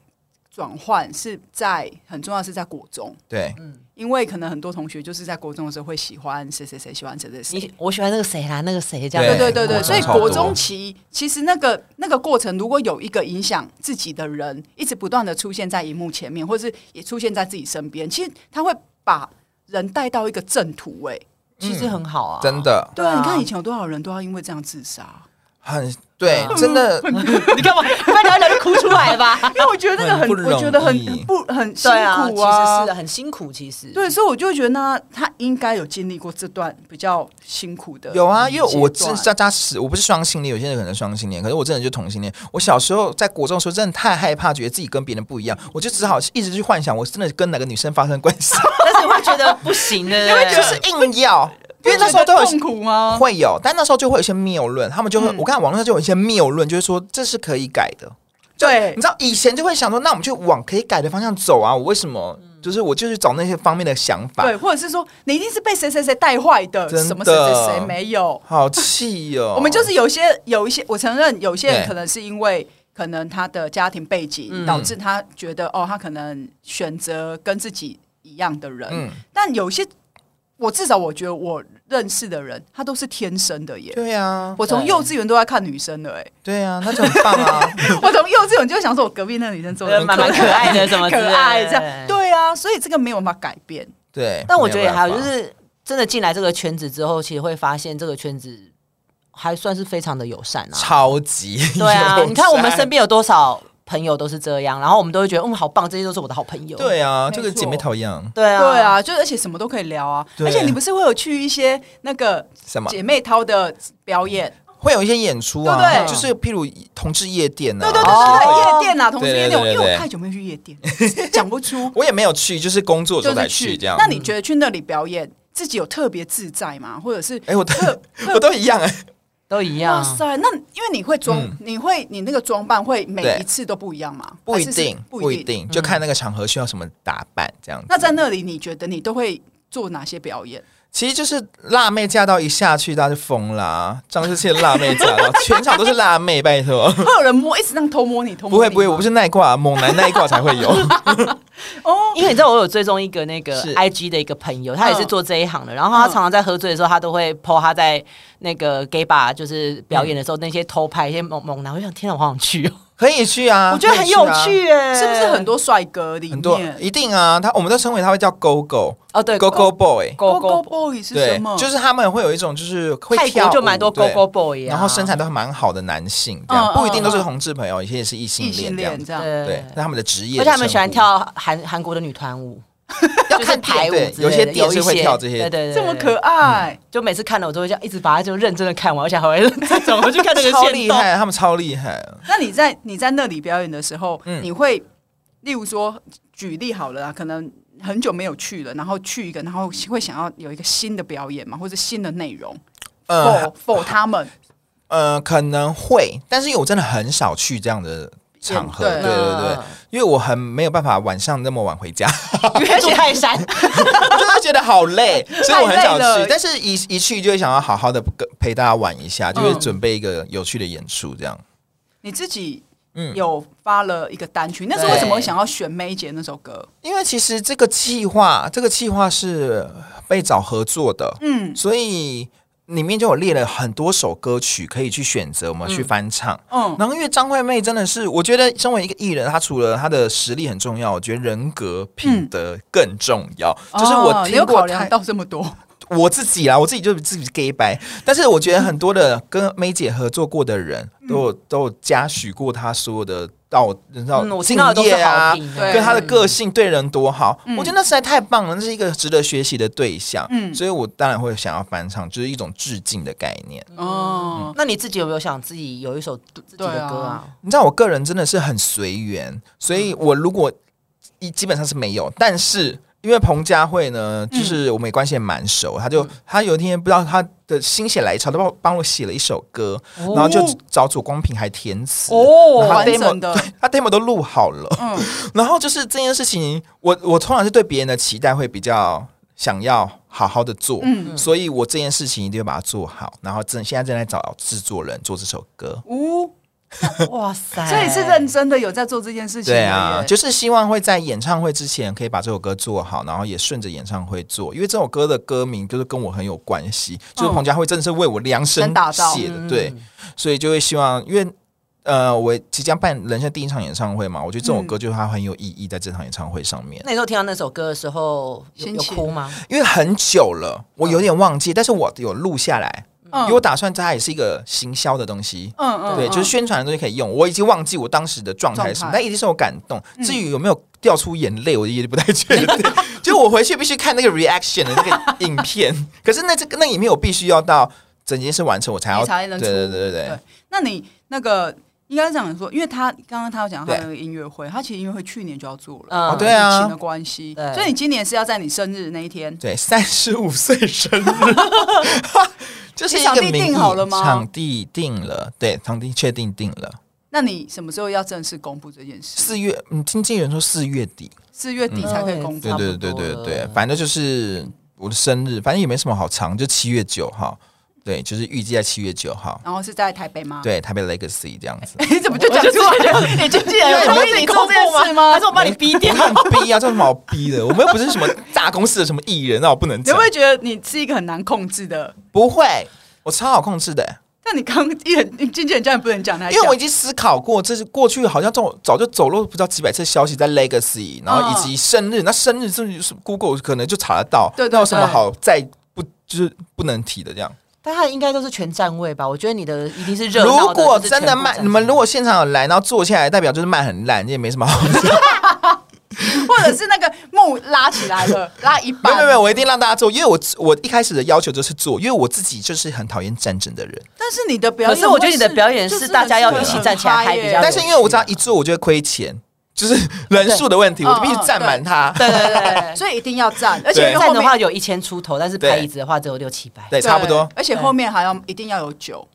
Speaker 2: 转换是在很重要，是在国中。
Speaker 3: 对，
Speaker 2: 因为可能很多同学就是在国中的时候会喜欢谁谁谁，喜欢谁谁谁，
Speaker 1: 你我喜欢那个谁啦，那个谁这样，
Speaker 2: 对对对
Speaker 3: 国
Speaker 2: 对，
Speaker 3: 中
Speaker 2: 所以
Speaker 3: 超多
Speaker 2: 国中期其实那个那个过程，如果有一个影响自己的人一直不断的出现在荧幕前面，或是也出现在自己身边，其实他会把人带到一个正途、哎，
Speaker 1: 其实很好啊，
Speaker 3: 真。的
Speaker 2: 对啊，你看以前有多少人都要因为这样自杀，
Speaker 3: 很对
Speaker 1: 嗯，
Speaker 3: 真
Speaker 1: [laughs]
Speaker 3: 的
Speaker 1: [laughs] 你干嘛？不然聊一聊就哭出来了
Speaker 2: [laughs]
Speaker 1: 吧？
Speaker 2: 因为我觉得那个很，
Speaker 3: 很不容易
Speaker 2: 我觉得很很不很辛
Speaker 1: 对啊，
Speaker 2: 苦
Speaker 1: 其实是
Speaker 2: 啊
Speaker 1: 的，很辛苦，其实
Speaker 2: 对，所以我就会觉得呢，他应该有经历过这段比较辛苦的。
Speaker 3: 有啊，因为我
Speaker 2: 阶
Speaker 3: 真
Speaker 2: 呃段
Speaker 3: 扎扎实，我不是双性恋，有些人可能双性恋，可是我真的就同性恋。我小时候在国中的时候，真的太害怕，觉得自己跟别人不一样，我就只好一直去幻想，我真的跟哪个女生发生关
Speaker 2: [laughs]
Speaker 3: 系，
Speaker 1: 但是你会觉得不行的，因为
Speaker 3: 就是硬要，因为那时候
Speaker 2: 觉
Speaker 3: 都
Speaker 2: 得
Speaker 3: 有
Speaker 2: 痛苦吗？
Speaker 3: 会有，但那时候就会有一些谬论，他们就会，
Speaker 2: 嗯
Speaker 3: 我看网络上就有一些谬论，就是说这是可以改的。
Speaker 2: 对
Speaker 3: 你知道以前就会想说，那我们就往可以改的方向走啊，我为什么？就是我就是找那些方面的想法，
Speaker 2: 嗯对，或者是说你一定是被谁谁谁带坏的，
Speaker 3: 真的哦
Speaker 2: 什么谁谁谁没有。
Speaker 3: 好气哦。
Speaker 2: 我们就是有些有一些，我承认有些人
Speaker 3: 对
Speaker 2: 可能是因为可能他的家庭背景、
Speaker 1: 嗯
Speaker 2: 导致他觉得哦，他可能选择跟自己一样的人。
Speaker 3: 嗯，
Speaker 2: 但有些我至少我觉得我认识的人，他都是天生的耶。
Speaker 3: 对啊，
Speaker 2: 我从
Speaker 1: 对
Speaker 2: 幼稚园都在看女生的哎，
Speaker 3: [laughs] 对啊，那就很棒啊。
Speaker 2: 我从幼稚园就想说，我隔壁那女生做的
Speaker 1: 呃 [laughs] 蛮蛮可爱的，什么之
Speaker 2: 可
Speaker 1: 类的
Speaker 2: 爱这样，。对啊，所以这个没有办法改变。
Speaker 3: 对，
Speaker 2: [laughs]
Speaker 1: 但我觉得也还
Speaker 3: 没
Speaker 1: 有，就
Speaker 3: 办法
Speaker 1: 是真的进来这个圈子之后，其实会发现这个圈子还算是非常的友善啊。
Speaker 3: 超级
Speaker 1: 对
Speaker 3: [laughs]
Speaker 1: 啊，
Speaker 3: 友
Speaker 1: 你看我们
Speaker 3: 善
Speaker 1: 身边有多少朋友都是这样，然后我们都会觉得嗯好棒，这些都是我的好朋友。
Speaker 3: 对啊，
Speaker 2: 没
Speaker 3: 就跟姐妹
Speaker 2: 错
Speaker 3: 淘一样，
Speaker 1: 对啊，
Speaker 2: 对，啊，就而且什么都可以聊啊，
Speaker 3: 对
Speaker 2: 而且你不是会有去一些那个
Speaker 3: 什么
Speaker 2: 姐妹淘的表演，
Speaker 3: 会有一些演出啊，
Speaker 2: 对不对
Speaker 3: 就是譬如同志夜店啊，
Speaker 2: 对对对对
Speaker 1: 哦
Speaker 2: 对，夜店啊，同时夜店，
Speaker 3: 对对对
Speaker 2: 因
Speaker 3: 对
Speaker 2: 为
Speaker 3: 对
Speaker 2: 我太久没有去
Speaker 3: [laughs]
Speaker 2: 夜店，讲不出，
Speaker 3: 我也没有去，就是工作的
Speaker 2: 就
Speaker 3: 时候才
Speaker 2: 是
Speaker 3: 去这样。
Speaker 2: 那你觉得去那里表演，自己有特别自在吗？或者是
Speaker 3: 哎，我都
Speaker 2: 特
Speaker 3: [laughs] 我都一样哎，
Speaker 1: 都一
Speaker 2: 哇
Speaker 1: 样。
Speaker 2: 塞，那因为你会装
Speaker 3: 嗯，
Speaker 2: 你会你那个装扮会每
Speaker 3: 对
Speaker 2: 一次都不一样吗？
Speaker 3: 不一
Speaker 2: 还是是
Speaker 3: 定，
Speaker 2: 不
Speaker 3: 不
Speaker 2: 一
Speaker 3: 一。定，就看那个场合需要什么打扮这样子。
Speaker 2: 那在那里，你觉得你都会做哪些表
Speaker 3: [laughs]
Speaker 2: 演？
Speaker 3: 其实就是辣妹嫁到一下去，大家就疯了啊。张世倩辣妹嫁到，全场都是辣妹，拜托。
Speaker 2: 会有人摸，一直让偷摸你，偷摸
Speaker 3: 不会不会，我不
Speaker 2: 是
Speaker 3: 是耐挂，猛男耐挂才会有。
Speaker 2: 哦，
Speaker 1: 因为你知道我有追踪一个那个
Speaker 3: 是嗯
Speaker 1: IG 的一个朋友，他也是做这一行的，然后他常常在喝醉的时候，他都会 po 他在那个 gay bar 就是表演的时候那些偷拍一些猛猛男，我就想天哪，我好想去哦，
Speaker 3: 可以去啊，
Speaker 1: 我觉得
Speaker 3: 可
Speaker 1: 很
Speaker 3: 以去
Speaker 1: 有
Speaker 3: 啊。
Speaker 1: 趣哎，
Speaker 2: 是不是很多帅哥里
Speaker 3: 很多
Speaker 2: 面？
Speaker 3: 一定啊，他我们都称为他会叫狗狗
Speaker 1: 哦对
Speaker 3: 狗狗 boy，
Speaker 1: 勾勾
Speaker 2: Go Boy 是
Speaker 3: 对
Speaker 2: 什么？，
Speaker 3: 就是他们会有一种就是会
Speaker 1: 泰
Speaker 3: 跳
Speaker 1: 国
Speaker 3: 舞，
Speaker 1: 就蛮多勾
Speaker 3: 对
Speaker 1: 勾 boy 啊，
Speaker 3: 然后身材都蛮好的男性，这样
Speaker 2: 嗯
Speaker 3: 不一定都
Speaker 2: 嗯
Speaker 3: 是
Speaker 2: 嗯
Speaker 3: 同志朋友，有些也是异性
Speaker 2: 异
Speaker 3: 恋
Speaker 2: 性
Speaker 3: 这样
Speaker 1: 嗯
Speaker 2: 恋
Speaker 3: 子。
Speaker 2: 这样。
Speaker 3: 对，那他们的职业，
Speaker 1: 而且他们喜欢，跳韩韩国的女团舞，
Speaker 3: 要
Speaker 1: 就是
Speaker 3: 看
Speaker 1: 排
Speaker 3: 排
Speaker 1: 舞
Speaker 3: 舞
Speaker 1: 之类的，
Speaker 3: 有些
Speaker 1: 有
Speaker 3: 店是会
Speaker 1: 一些
Speaker 3: 跳这些
Speaker 1: 对对对，
Speaker 2: 这么
Speaker 1: 对
Speaker 2: 可，
Speaker 3: 嗯
Speaker 2: 爱，
Speaker 1: 就每次看了我都会这样一直把它就认真的看完，而且还会 [laughs] 这种我去看那个
Speaker 3: 超
Speaker 1: 线
Speaker 3: 厉害，他们超厉害。
Speaker 2: 那你在你在那里表演的时候，
Speaker 3: 嗯
Speaker 2: 你会例如说举例好了啦，可能很久没有去了，然后去一个，然后会想要有一个新的表演嘛，或者新的内容
Speaker 3: 呃
Speaker 1: 哦
Speaker 2: 否否他们
Speaker 3: 呃，可能会，但是因为我真的很少去这样的场合，对
Speaker 2: 对
Speaker 3: 对
Speaker 1: 嗯
Speaker 3: 对，因为我很没有办法晚上那么晚回家，
Speaker 1: 对，
Speaker 3: [laughs]
Speaker 1: 因为泰山，
Speaker 3: 我真的觉得好累，所以我很少
Speaker 2: [laughs] 太累了
Speaker 3: 去。但是一一去就会想要好好的陪大家玩一下，就会
Speaker 2: 嗯
Speaker 3: 准备一个有趣的演出这样。
Speaker 2: 你自己
Speaker 3: 嗯
Speaker 2: 有发了一个单曲，那时候为什么会想要选梅姐那首歌？
Speaker 3: 因为其实这个计划，这个计划是被找合作的，
Speaker 2: 嗯，
Speaker 3: 所以里面就有列了很多首歌曲可以去选择，我们去翻唱。
Speaker 2: 嗯，
Speaker 3: 然后因为张惠妹真的是，我觉得身为一个艺人，她除了她的实力很重要，我觉得人格品德更重要。就是
Speaker 2: 嗯哦
Speaker 3: 我
Speaker 2: 你有
Speaker 3: 听
Speaker 2: 考
Speaker 3: 过
Speaker 2: 量
Speaker 3: 太
Speaker 2: 到这么多，
Speaker 3: 我自己啦，我自己就自己 gay 白，但是我觉得很多的跟 May 姐合作过的人
Speaker 1: 嗯
Speaker 3: 都有、都有嘉许过她所有的道，你知道
Speaker 1: 嗯，我
Speaker 3: 敬
Speaker 1: 听到的都是
Speaker 3: 业啊
Speaker 1: 好，评，
Speaker 2: 对
Speaker 3: 跟她的个
Speaker 1: 性，
Speaker 3: 性对人多好，
Speaker 2: 嗯
Speaker 3: 我觉得那实在太棒了，那是一个值得学习的对象。
Speaker 2: 嗯
Speaker 3: 所以我当然会想要翻唱，就是一种致敬的概念。
Speaker 2: 哦，
Speaker 3: 嗯
Speaker 1: 那你自己有没有想自己有一首自己的歌啊？
Speaker 3: 你知道，我个人真的是很随缘，所以
Speaker 2: 嗯
Speaker 3: 我如果一基本上是没有，但是。因为彭佳慧呢，
Speaker 2: 嗯
Speaker 3: 就是我们也关系也蛮熟，她就她有一天不知道她的心血来潮，她帮我帮我写了一首歌，然后就
Speaker 1: 哦
Speaker 3: [laughs] 找左光平还填词，
Speaker 2: 哦，
Speaker 3: 然后
Speaker 2: 完
Speaker 3: demo-
Speaker 2: 整的，
Speaker 3: 他 demo 都录好了，
Speaker 2: 嗯
Speaker 3: [laughs] 然后就是这件事情，我我通常是对别人的期待会比较想要好好的做，
Speaker 2: 嗯，
Speaker 3: 所以我这件事情一定会把它做好，然后正现在正在找制作人做这首歌。
Speaker 2: 呜，
Speaker 1: 哇塞，
Speaker 2: 所以是认真的有在做这件事情的
Speaker 3: 哎对
Speaker 2: 耶，
Speaker 3: 啊，就是希望会在演唱会之前可以把这首歌做好，然后也顺着演唱会做，因为这首歌的歌名就是跟我很有关系，就是彭佳慧真的是为我量身
Speaker 2: 真哦打造
Speaker 3: 写的，
Speaker 1: 嗯
Speaker 3: 对，所以就会希望，因为呃，我即将办人生第一场演唱会嘛，我觉得这首歌就是它很有意义在这场演唱会上面，
Speaker 1: 那你时候听到那首歌的时候有
Speaker 2: 心
Speaker 1: 有
Speaker 2: 情
Speaker 1: 哭吗？
Speaker 3: 因为很久了，我有点忘记，但是我有录下来，因为我
Speaker 2: 嗯
Speaker 3: 打算它也是一个行销的东西。
Speaker 2: 嗯嗯，
Speaker 3: 对，就是宣传的东西可以用。我已经忘记我当时的状态是什
Speaker 2: 状态嗯
Speaker 3: 么，但一定是我感动。至于有没有掉出眼泪，我也不太确
Speaker 2: [laughs]
Speaker 3: 定。就我回去必须看那个 reaction 的那个影片， [laughs] 可是那这个那影片我必须要到整件事完成，我才要
Speaker 2: 你才能
Speaker 3: 对对
Speaker 2: 出
Speaker 3: 对对对
Speaker 2: 对。那你那个应该这样说，因为他刚刚他有讲到他那个音乐会，他其实音乐会去年就要做了，
Speaker 1: 嗯
Speaker 3: 哦对啊
Speaker 2: 疫情的关系，
Speaker 1: 对
Speaker 2: 所以你今年是要在你生日那一天，
Speaker 3: 对，三十五岁生
Speaker 2: [laughs]
Speaker 3: 日，就是一
Speaker 2: 场
Speaker 3: 个
Speaker 2: 地
Speaker 3: 名
Speaker 2: 定
Speaker 3: 义
Speaker 2: 好了吗
Speaker 3: 场地定了，对，场地确定定了。
Speaker 2: 那你什么时候要正式公布这件事？
Speaker 3: 四月，嗯，经纪人说四月底，
Speaker 2: 四月底才可以公布
Speaker 3: 对
Speaker 1: 嗯，
Speaker 3: 对对对
Speaker 1: 差不多
Speaker 3: 对
Speaker 1: 了，
Speaker 3: 反正就是我的生日，反正也没什么好长，就七月九号，对，就是预计在七月九号，
Speaker 2: 然后是在台北吗？，。
Speaker 3: 对，台北 Legacy 这样子
Speaker 2: [laughs] 你怎么就讲出来了？ [laughs] 你经
Speaker 3: 啊
Speaker 2: 纪人有同意你做这件事吗？
Speaker 1: 还是我把你逼掉？
Speaker 3: 很逼啊，这有什么好逼的？我们又不是什么大公司的什么艺人，那我不能
Speaker 2: 你会
Speaker 3: 讲
Speaker 2: 不。会觉得你是一个很难控制的？
Speaker 3: 不会，我超好控制的、
Speaker 2: 但你刚一人你经纪人叫你不能讲，
Speaker 1: 哎
Speaker 2: 他
Speaker 3: 因为我已经思考过，这是过去好像这种早就走漏不知道几百次消息在 Legacy，然后以
Speaker 1: 嗯
Speaker 3: 及生日，那生日就是 Google 可能就查得到，
Speaker 2: 对对
Speaker 3: 那有什么
Speaker 2: 对
Speaker 3: 好再不就是不能提的这样？
Speaker 1: 但他应该都是全站位吧？我觉得你的一定是热闹
Speaker 3: 如果真的
Speaker 1: 卖
Speaker 3: 卖，你们如果现场有来，然后坐下来，代表就是卖很烂，也没什么好。
Speaker 2: 或者是那个幕拉起来
Speaker 1: [laughs]
Speaker 2: 了，拉一
Speaker 3: 没
Speaker 2: 半，
Speaker 3: 有没有没有，我一定让大家做，因为我我一开始的要求就是做，因为我自己就是很讨厌战争的人。
Speaker 2: 但是你的表
Speaker 1: 可
Speaker 2: 演，
Speaker 1: 是我觉得你的表演
Speaker 2: 就是
Speaker 1: 大家要一起站起来
Speaker 2: 很嗨
Speaker 1: 嗨比
Speaker 2: 耶
Speaker 1: 较有
Speaker 3: 但是因为我只要一做，我就会亏钱，就是 [laughs] 人数的问题，
Speaker 2: 对
Speaker 3: 我就必须占满它。
Speaker 1: 对对
Speaker 3: [laughs]
Speaker 1: 对，
Speaker 2: 所以一定要站，而且
Speaker 3: 对
Speaker 1: 站
Speaker 2: 后
Speaker 1: 的
Speaker 2: 面
Speaker 1: 话有一千出头，但是拍椅子的话只有六七百。
Speaker 3: 对，差不多。
Speaker 2: 而且后面还要一定要有酒，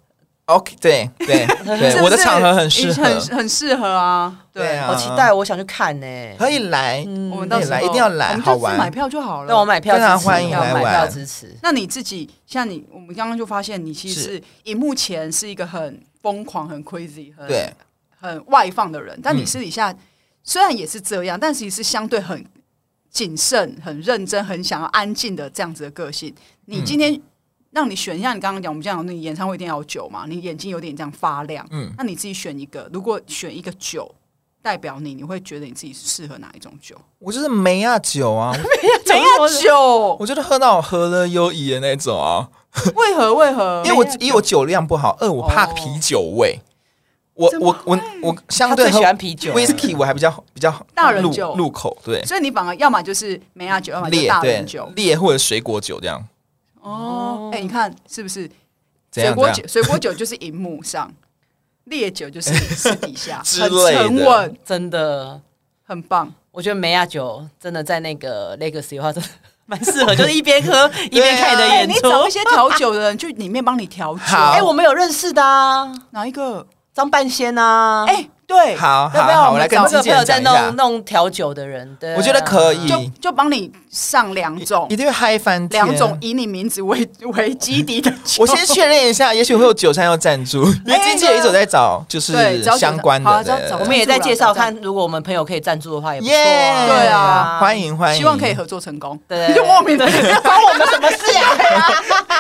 Speaker 3: OK，对对
Speaker 2: 是不
Speaker 3: 对，
Speaker 2: 是
Speaker 3: 我的场合很适合，
Speaker 2: 很很适合啊。
Speaker 3: 对啊
Speaker 1: 好期待，我想去看呢。
Speaker 3: 可以来。
Speaker 2: 我们到时候
Speaker 3: 可以来一定要来
Speaker 2: 我们
Speaker 3: 好
Speaker 2: 就
Speaker 3: 玩
Speaker 2: 自买票就好了。
Speaker 1: 那我买票
Speaker 3: 非常
Speaker 1: 支持，
Speaker 3: 欢迎
Speaker 1: 我
Speaker 3: 来
Speaker 1: 买
Speaker 3: 玩
Speaker 1: 票支持。
Speaker 2: 那你自己像你，我们刚刚就发现你其实是荧幕前是一个很疯狂、很 crazy、很
Speaker 3: 对，
Speaker 2: 很外放的人，但你
Speaker 3: 嗯
Speaker 2: 私底下、虽然也是这样，但其实是相对很谨慎、很认真、很想要安静的这样子的个性。你今天让你选一下，你刚刚讲我们这样，那你演唱会一定要有酒嘛？你眼睛有点这样发亮，
Speaker 3: 嗯，
Speaker 2: 那你自己选一个，如果选一个酒。代表你，你会觉得你自己适合哪一种酒？
Speaker 3: 我就是梅亚酒啊，
Speaker 2: 怎样酒？
Speaker 3: 我觉得喝到我何乐优怡的那种啊。
Speaker 2: 为何？为何？
Speaker 3: 因为我一我酒量不好，二我怕啤酒味。我
Speaker 2: 怎么
Speaker 3: 我我我相
Speaker 1: 他
Speaker 3: 对
Speaker 1: 最
Speaker 3: 喝
Speaker 1: 喜欢啤酒
Speaker 3: whisky，我还比较比较
Speaker 2: 大人
Speaker 3: 入
Speaker 2: 酒
Speaker 3: 入口对
Speaker 2: 所以你反而要么就是梅亚酒，要么就是
Speaker 3: 烈
Speaker 2: 大
Speaker 3: 对
Speaker 2: 人酒。
Speaker 3: 烈或者水果酒这样。
Speaker 2: 哦，哎、你看是不是？
Speaker 3: 怎
Speaker 2: 水
Speaker 3: 样
Speaker 2: 果
Speaker 3: 怎
Speaker 2: 酒，
Speaker 3: 样
Speaker 2: 水果酒就是荧幕上，烈酒就是私底下，
Speaker 3: 之
Speaker 2: 很
Speaker 3: 类的
Speaker 2: 沉稳，
Speaker 1: 真的，
Speaker 2: 很棒。
Speaker 1: 我觉得梅亚酒真的在那个 Legacy 的话，真的蛮适
Speaker 3: [laughs]
Speaker 1: 合，就是一边喝一边看你的
Speaker 3: 对啊
Speaker 2: 哎、
Speaker 1: 演
Speaker 2: 你
Speaker 1: 出。
Speaker 2: 找一些调酒的人去里面帮你调酒。
Speaker 3: 好
Speaker 1: 哎、我们有认识的啊，
Speaker 2: 哪一个？
Speaker 1: 张半仙啊，
Speaker 2: 哎、对，
Speaker 3: 好
Speaker 1: 要
Speaker 3: 好
Speaker 1: 不要
Speaker 3: 好，
Speaker 1: 我
Speaker 3: 我来
Speaker 1: 们
Speaker 3: 跟
Speaker 1: 找
Speaker 3: 经
Speaker 1: 个
Speaker 3: 纪
Speaker 1: 朋友
Speaker 3: 人讲
Speaker 1: 在
Speaker 3: 一
Speaker 1: 弄
Speaker 3: 下，
Speaker 1: 弄调酒的人？对啊，
Speaker 3: 我觉得可以
Speaker 2: 就就帮你上两种，
Speaker 3: 一定会嗨翻天
Speaker 2: 两种。以你名字为为基底的酒。
Speaker 3: [laughs] 我先确认一
Speaker 2: [laughs]
Speaker 3: 下，也许会有酒商要赞助， [laughs] 因为经纪人一直有在找就是
Speaker 2: 对找酒商
Speaker 3: 相关
Speaker 2: 好
Speaker 3: 的
Speaker 2: 找找
Speaker 1: 我
Speaker 3: 对。
Speaker 1: 们也在介绍看，如果我们朋友可以赞助的话，也不错、啊。
Speaker 3: 耶，
Speaker 2: 对啊
Speaker 3: 欢迎欢迎，
Speaker 2: 希望可以合作成功。
Speaker 1: 对
Speaker 2: 就莫名的
Speaker 1: 关我们什么事呀、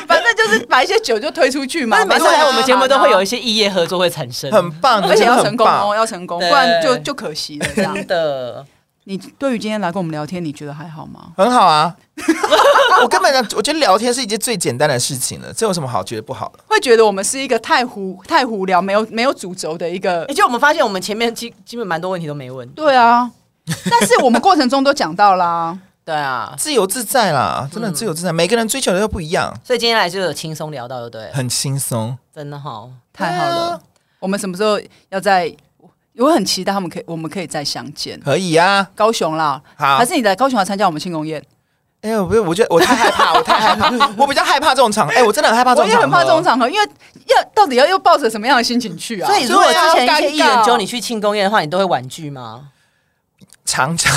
Speaker 2: 反正就就是把一些酒就推出去嘛。
Speaker 1: 但是每次来我们节目都会有一
Speaker 2: 些，
Speaker 1: 些异业合作会产生，
Speaker 3: 很棒，
Speaker 2: 而
Speaker 3: 真
Speaker 2: 且
Speaker 3: 的
Speaker 2: 要
Speaker 3: 很
Speaker 2: 成功哦，
Speaker 3: 棒
Speaker 2: 要成功，不
Speaker 1: 对
Speaker 2: 然就就可惜了。这样，
Speaker 1: 真的。
Speaker 2: 你对于今天来跟我们聊天，你觉得还好吗？
Speaker 3: 很好啊。 [laughs] 我根本我觉得聊天是一件最简单的事情了，这有什么好觉得不好的？
Speaker 2: 会觉得我们是一个太胡太胡聊，没有没有主轴的一
Speaker 1: [laughs]
Speaker 2: 个
Speaker 1: 哎而且我们发现我们前面基基本蛮多问题都没问。
Speaker 2: 对啊，但是我们过程中都讲到啦，
Speaker 1: 对啊，
Speaker 3: 自由自在
Speaker 2: 嗯
Speaker 3: 啦，真的自由自在，每个人追求的又不一样，
Speaker 1: 所以今天来就有轻松聊到，对不对？
Speaker 3: 很轻松。
Speaker 1: 真的哈，
Speaker 2: 太好了。
Speaker 3: 对啊
Speaker 2: 我们什么时候要在？我很期待他们可以，我们可以再相见。
Speaker 3: 可以啊。
Speaker 2: 高雄啦，
Speaker 3: 好，
Speaker 2: 还是你来高雄来参加我们庆功宴？
Speaker 3: 哎、我不是，我觉得我太害
Speaker 2: [laughs]
Speaker 3: 怕，我太害怕，我比较害怕这种场。哎、我真的很害怕这
Speaker 2: 我
Speaker 3: 种
Speaker 2: 也
Speaker 3: 场，
Speaker 2: 很怕这种。场合，因为要到底要又抱着什么样的心情去啊？
Speaker 1: 所以如果
Speaker 3: 对啊
Speaker 1: 之前一
Speaker 2: 尴
Speaker 1: 些
Speaker 2: 尬
Speaker 1: 艺人揪你去庆功宴的话，你都会婉拒吗？
Speaker 3: 常常，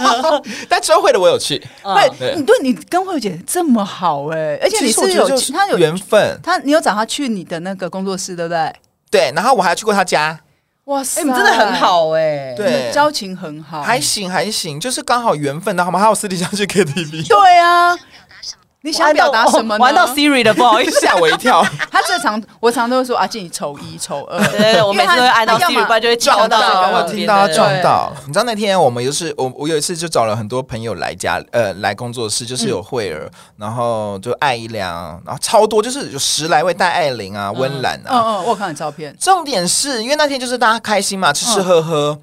Speaker 3: [laughs] 但周慧的我有去，
Speaker 1: 嗯
Speaker 2: 会，
Speaker 3: 对
Speaker 2: 你对你跟慧姐这么好哎、而且你
Speaker 3: 其实我
Speaker 2: 是
Speaker 3: 觉得
Speaker 2: 有
Speaker 3: 就是
Speaker 2: 他有
Speaker 3: 缘分，
Speaker 2: 他，你有找他去你的那个工作室对不对？
Speaker 3: 对。然后我还去过他家，
Speaker 2: 哇塞，
Speaker 1: 哎，你们真的很，好哎。
Speaker 3: 对
Speaker 2: 交情很好，
Speaker 3: 还行还行，就是刚好缘分的好吗？还有私底下去
Speaker 2: [laughs]
Speaker 3: KTV，
Speaker 2: 对啊。你想表达什么呢？
Speaker 1: 玩到 Siri 的，不好意
Speaker 2: [laughs]
Speaker 1: 思。
Speaker 3: 吓我一跳。
Speaker 2: 他最常，我常都会说啊，静你丑一丑二。
Speaker 1: 对 [laughs] 对对，我每次都会按到
Speaker 2: 因为他
Speaker 1: Siri，不然就会
Speaker 3: 撞
Speaker 1: 撞
Speaker 3: 到，
Speaker 1: 到这个
Speaker 3: 我
Speaker 1: 边。
Speaker 3: 有听到他
Speaker 1: 对
Speaker 3: 撞到。你知道那天我们就是我，我有一次就找了很多朋友来家，呃，来工作室，就是有慧儿，然后就艾怡良，然后超多，就是有十来位，戴爱玲啊、温岚
Speaker 2: 嗯
Speaker 3: 啊。
Speaker 2: 嗯，我有看你照片，
Speaker 3: 重点是因为那天就是大家开心嘛，吃吃喝喝，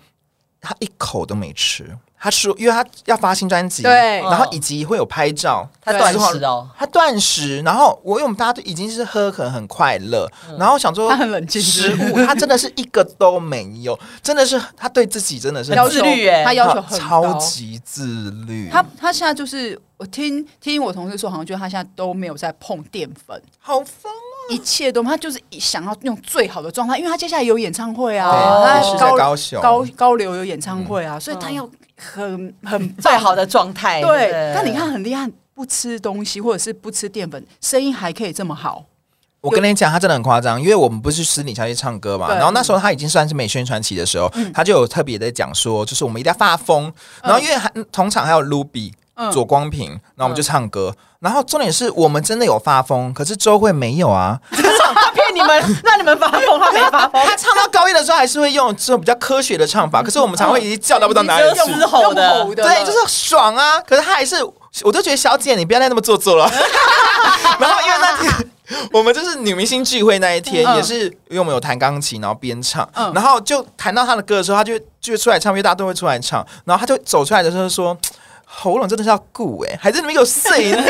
Speaker 3: 他一口都没吃。他说，因为他要发新专辑，
Speaker 2: 对
Speaker 3: 然
Speaker 1: 嗯
Speaker 3: 后以及会有拍照，
Speaker 1: 他断食哦，
Speaker 3: 他断食，然后我因为我们大家都已经是喝，可能很快乐，然后想说
Speaker 2: 嗯他很冷静
Speaker 3: 食物他真的是一个都没有，真的是他对自己真的是
Speaker 1: 要
Speaker 2: 要
Speaker 1: 自
Speaker 2: 求
Speaker 1: 律耶
Speaker 2: 他要求很
Speaker 3: 超
Speaker 2: 高。
Speaker 3: 级自律，
Speaker 2: 他他现在就是我听听我同事说，好像觉得他现在都没有在碰淀粉，
Speaker 3: 好疯
Speaker 2: 一切都他就是想要用最好的状态，因为他接下来有演唱会啊，
Speaker 3: 啊！
Speaker 1: 哦
Speaker 2: 他
Speaker 3: 对，也是在
Speaker 2: 高
Speaker 3: 高雄，
Speaker 2: 高高流有演唱会啊，所以他
Speaker 1: 嗯
Speaker 2: 要很很
Speaker 1: 最好的状态。
Speaker 2: 哎对
Speaker 1: 不。
Speaker 2: 但你看很厉害，不吃东西或者是不吃淀粉，声音还可以这么好，
Speaker 3: 我跟你讲，他真的很夸张，因为我们不是私底下去唱歌嘛，
Speaker 2: 对嗯
Speaker 3: 然后那时候他已经算是美宣传期的时候，他就有特别的讲说，就是我们一定要发疯，然后因为还同场还有 Ruby。
Speaker 2: 嗯
Speaker 3: 左光平，然后我们就唱歌，然后重点是我们真的有发疯，可是周慧没有啊。
Speaker 1: 他骗你
Speaker 3: [laughs]
Speaker 1: 们，让你们发疯，他没发疯。
Speaker 3: 他哦唱到高音的时候还是会用这种比较科学的唱法，可是我们常会已经叫到不知道哪里
Speaker 1: 嗯
Speaker 3: 去
Speaker 1: 就。是吼的
Speaker 2: 哦用吼的，
Speaker 3: 对，就是爽啊！可是他还是，我都觉得小姐你不要再那么做 [laughs] 作了。然后因为那天 [laughs] 我们就是女明星聚会那一天，
Speaker 2: 嗯
Speaker 3: 也是因为我们有弹钢琴，然后边唱，
Speaker 2: 嗯
Speaker 3: 然后就弹到他的歌的时候，他就就出来唱，因为大家都会出来唱，然后他就走出来的时候说。喉咙真的是要顾哎、欸，还在那边给我碎呢， [laughs]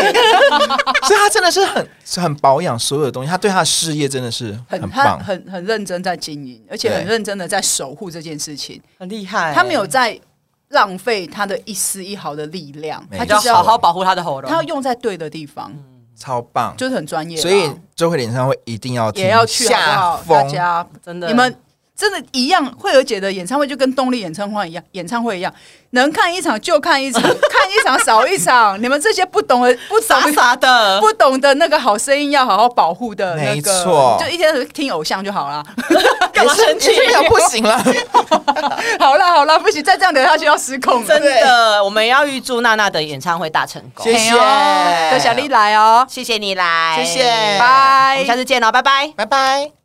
Speaker 3: 所以他真的是很很保养所有的东西，他对他的事业真的是
Speaker 2: 很他
Speaker 3: 棒，
Speaker 2: 很很认真在经营，而且很
Speaker 3: 对
Speaker 2: 认真的在守护这件事情。
Speaker 1: 很厉
Speaker 3: 欸
Speaker 1: 害，
Speaker 2: 他没有在浪费他的一丝一毫的力量，
Speaker 3: 没
Speaker 2: 他
Speaker 1: 就
Speaker 2: 就是
Speaker 1: 要好
Speaker 2: 要
Speaker 1: 好保护他的喉咙。
Speaker 2: 他要用在对的地方，
Speaker 3: 超棒。
Speaker 2: 就是很专业啦。啊
Speaker 3: 所以周慧演唱会一定要听
Speaker 2: 也要去
Speaker 3: 下
Speaker 2: 好不好？大
Speaker 3: 风，
Speaker 2: 家
Speaker 1: 真的，
Speaker 2: 你们。真的，一样，慧儿姐的演唱会就跟动力演唱会一样，演唱会一样，能看一场就
Speaker 3: [laughs]
Speaker 2: 看一场，看一场少一场。你们这些不懂的、不懂
Speaker 1: 傻
Speaker 2: 的、
Speaker 1: 傻的，
Speaker 2: 不懂的那个好声音，要好好保护的、那个。
Speaker 3: 没错
Speaker 2: 就一天听偶像就好啦。
Speaker 1: 干嘛生气
Speaker 3: 也？是没有 [laughs] 不行了，
Speaker 2: [laughs] 好啦，好啦，不行，再这样聊下去要失控了
Speaker 1: 真。的，我们要预祝娜娜的演唱会大成功。
Speaker 3: 谢
Speaker 2: 哎呦多谢你来哦，
Speaker 1: 谢谢你来，
Speaker 3: 谢谢
Speaker 1: 我
Speaker 2: 拜
Speaker 1: 们下次见哦，拜拜。
Speaker 3: 拜拜。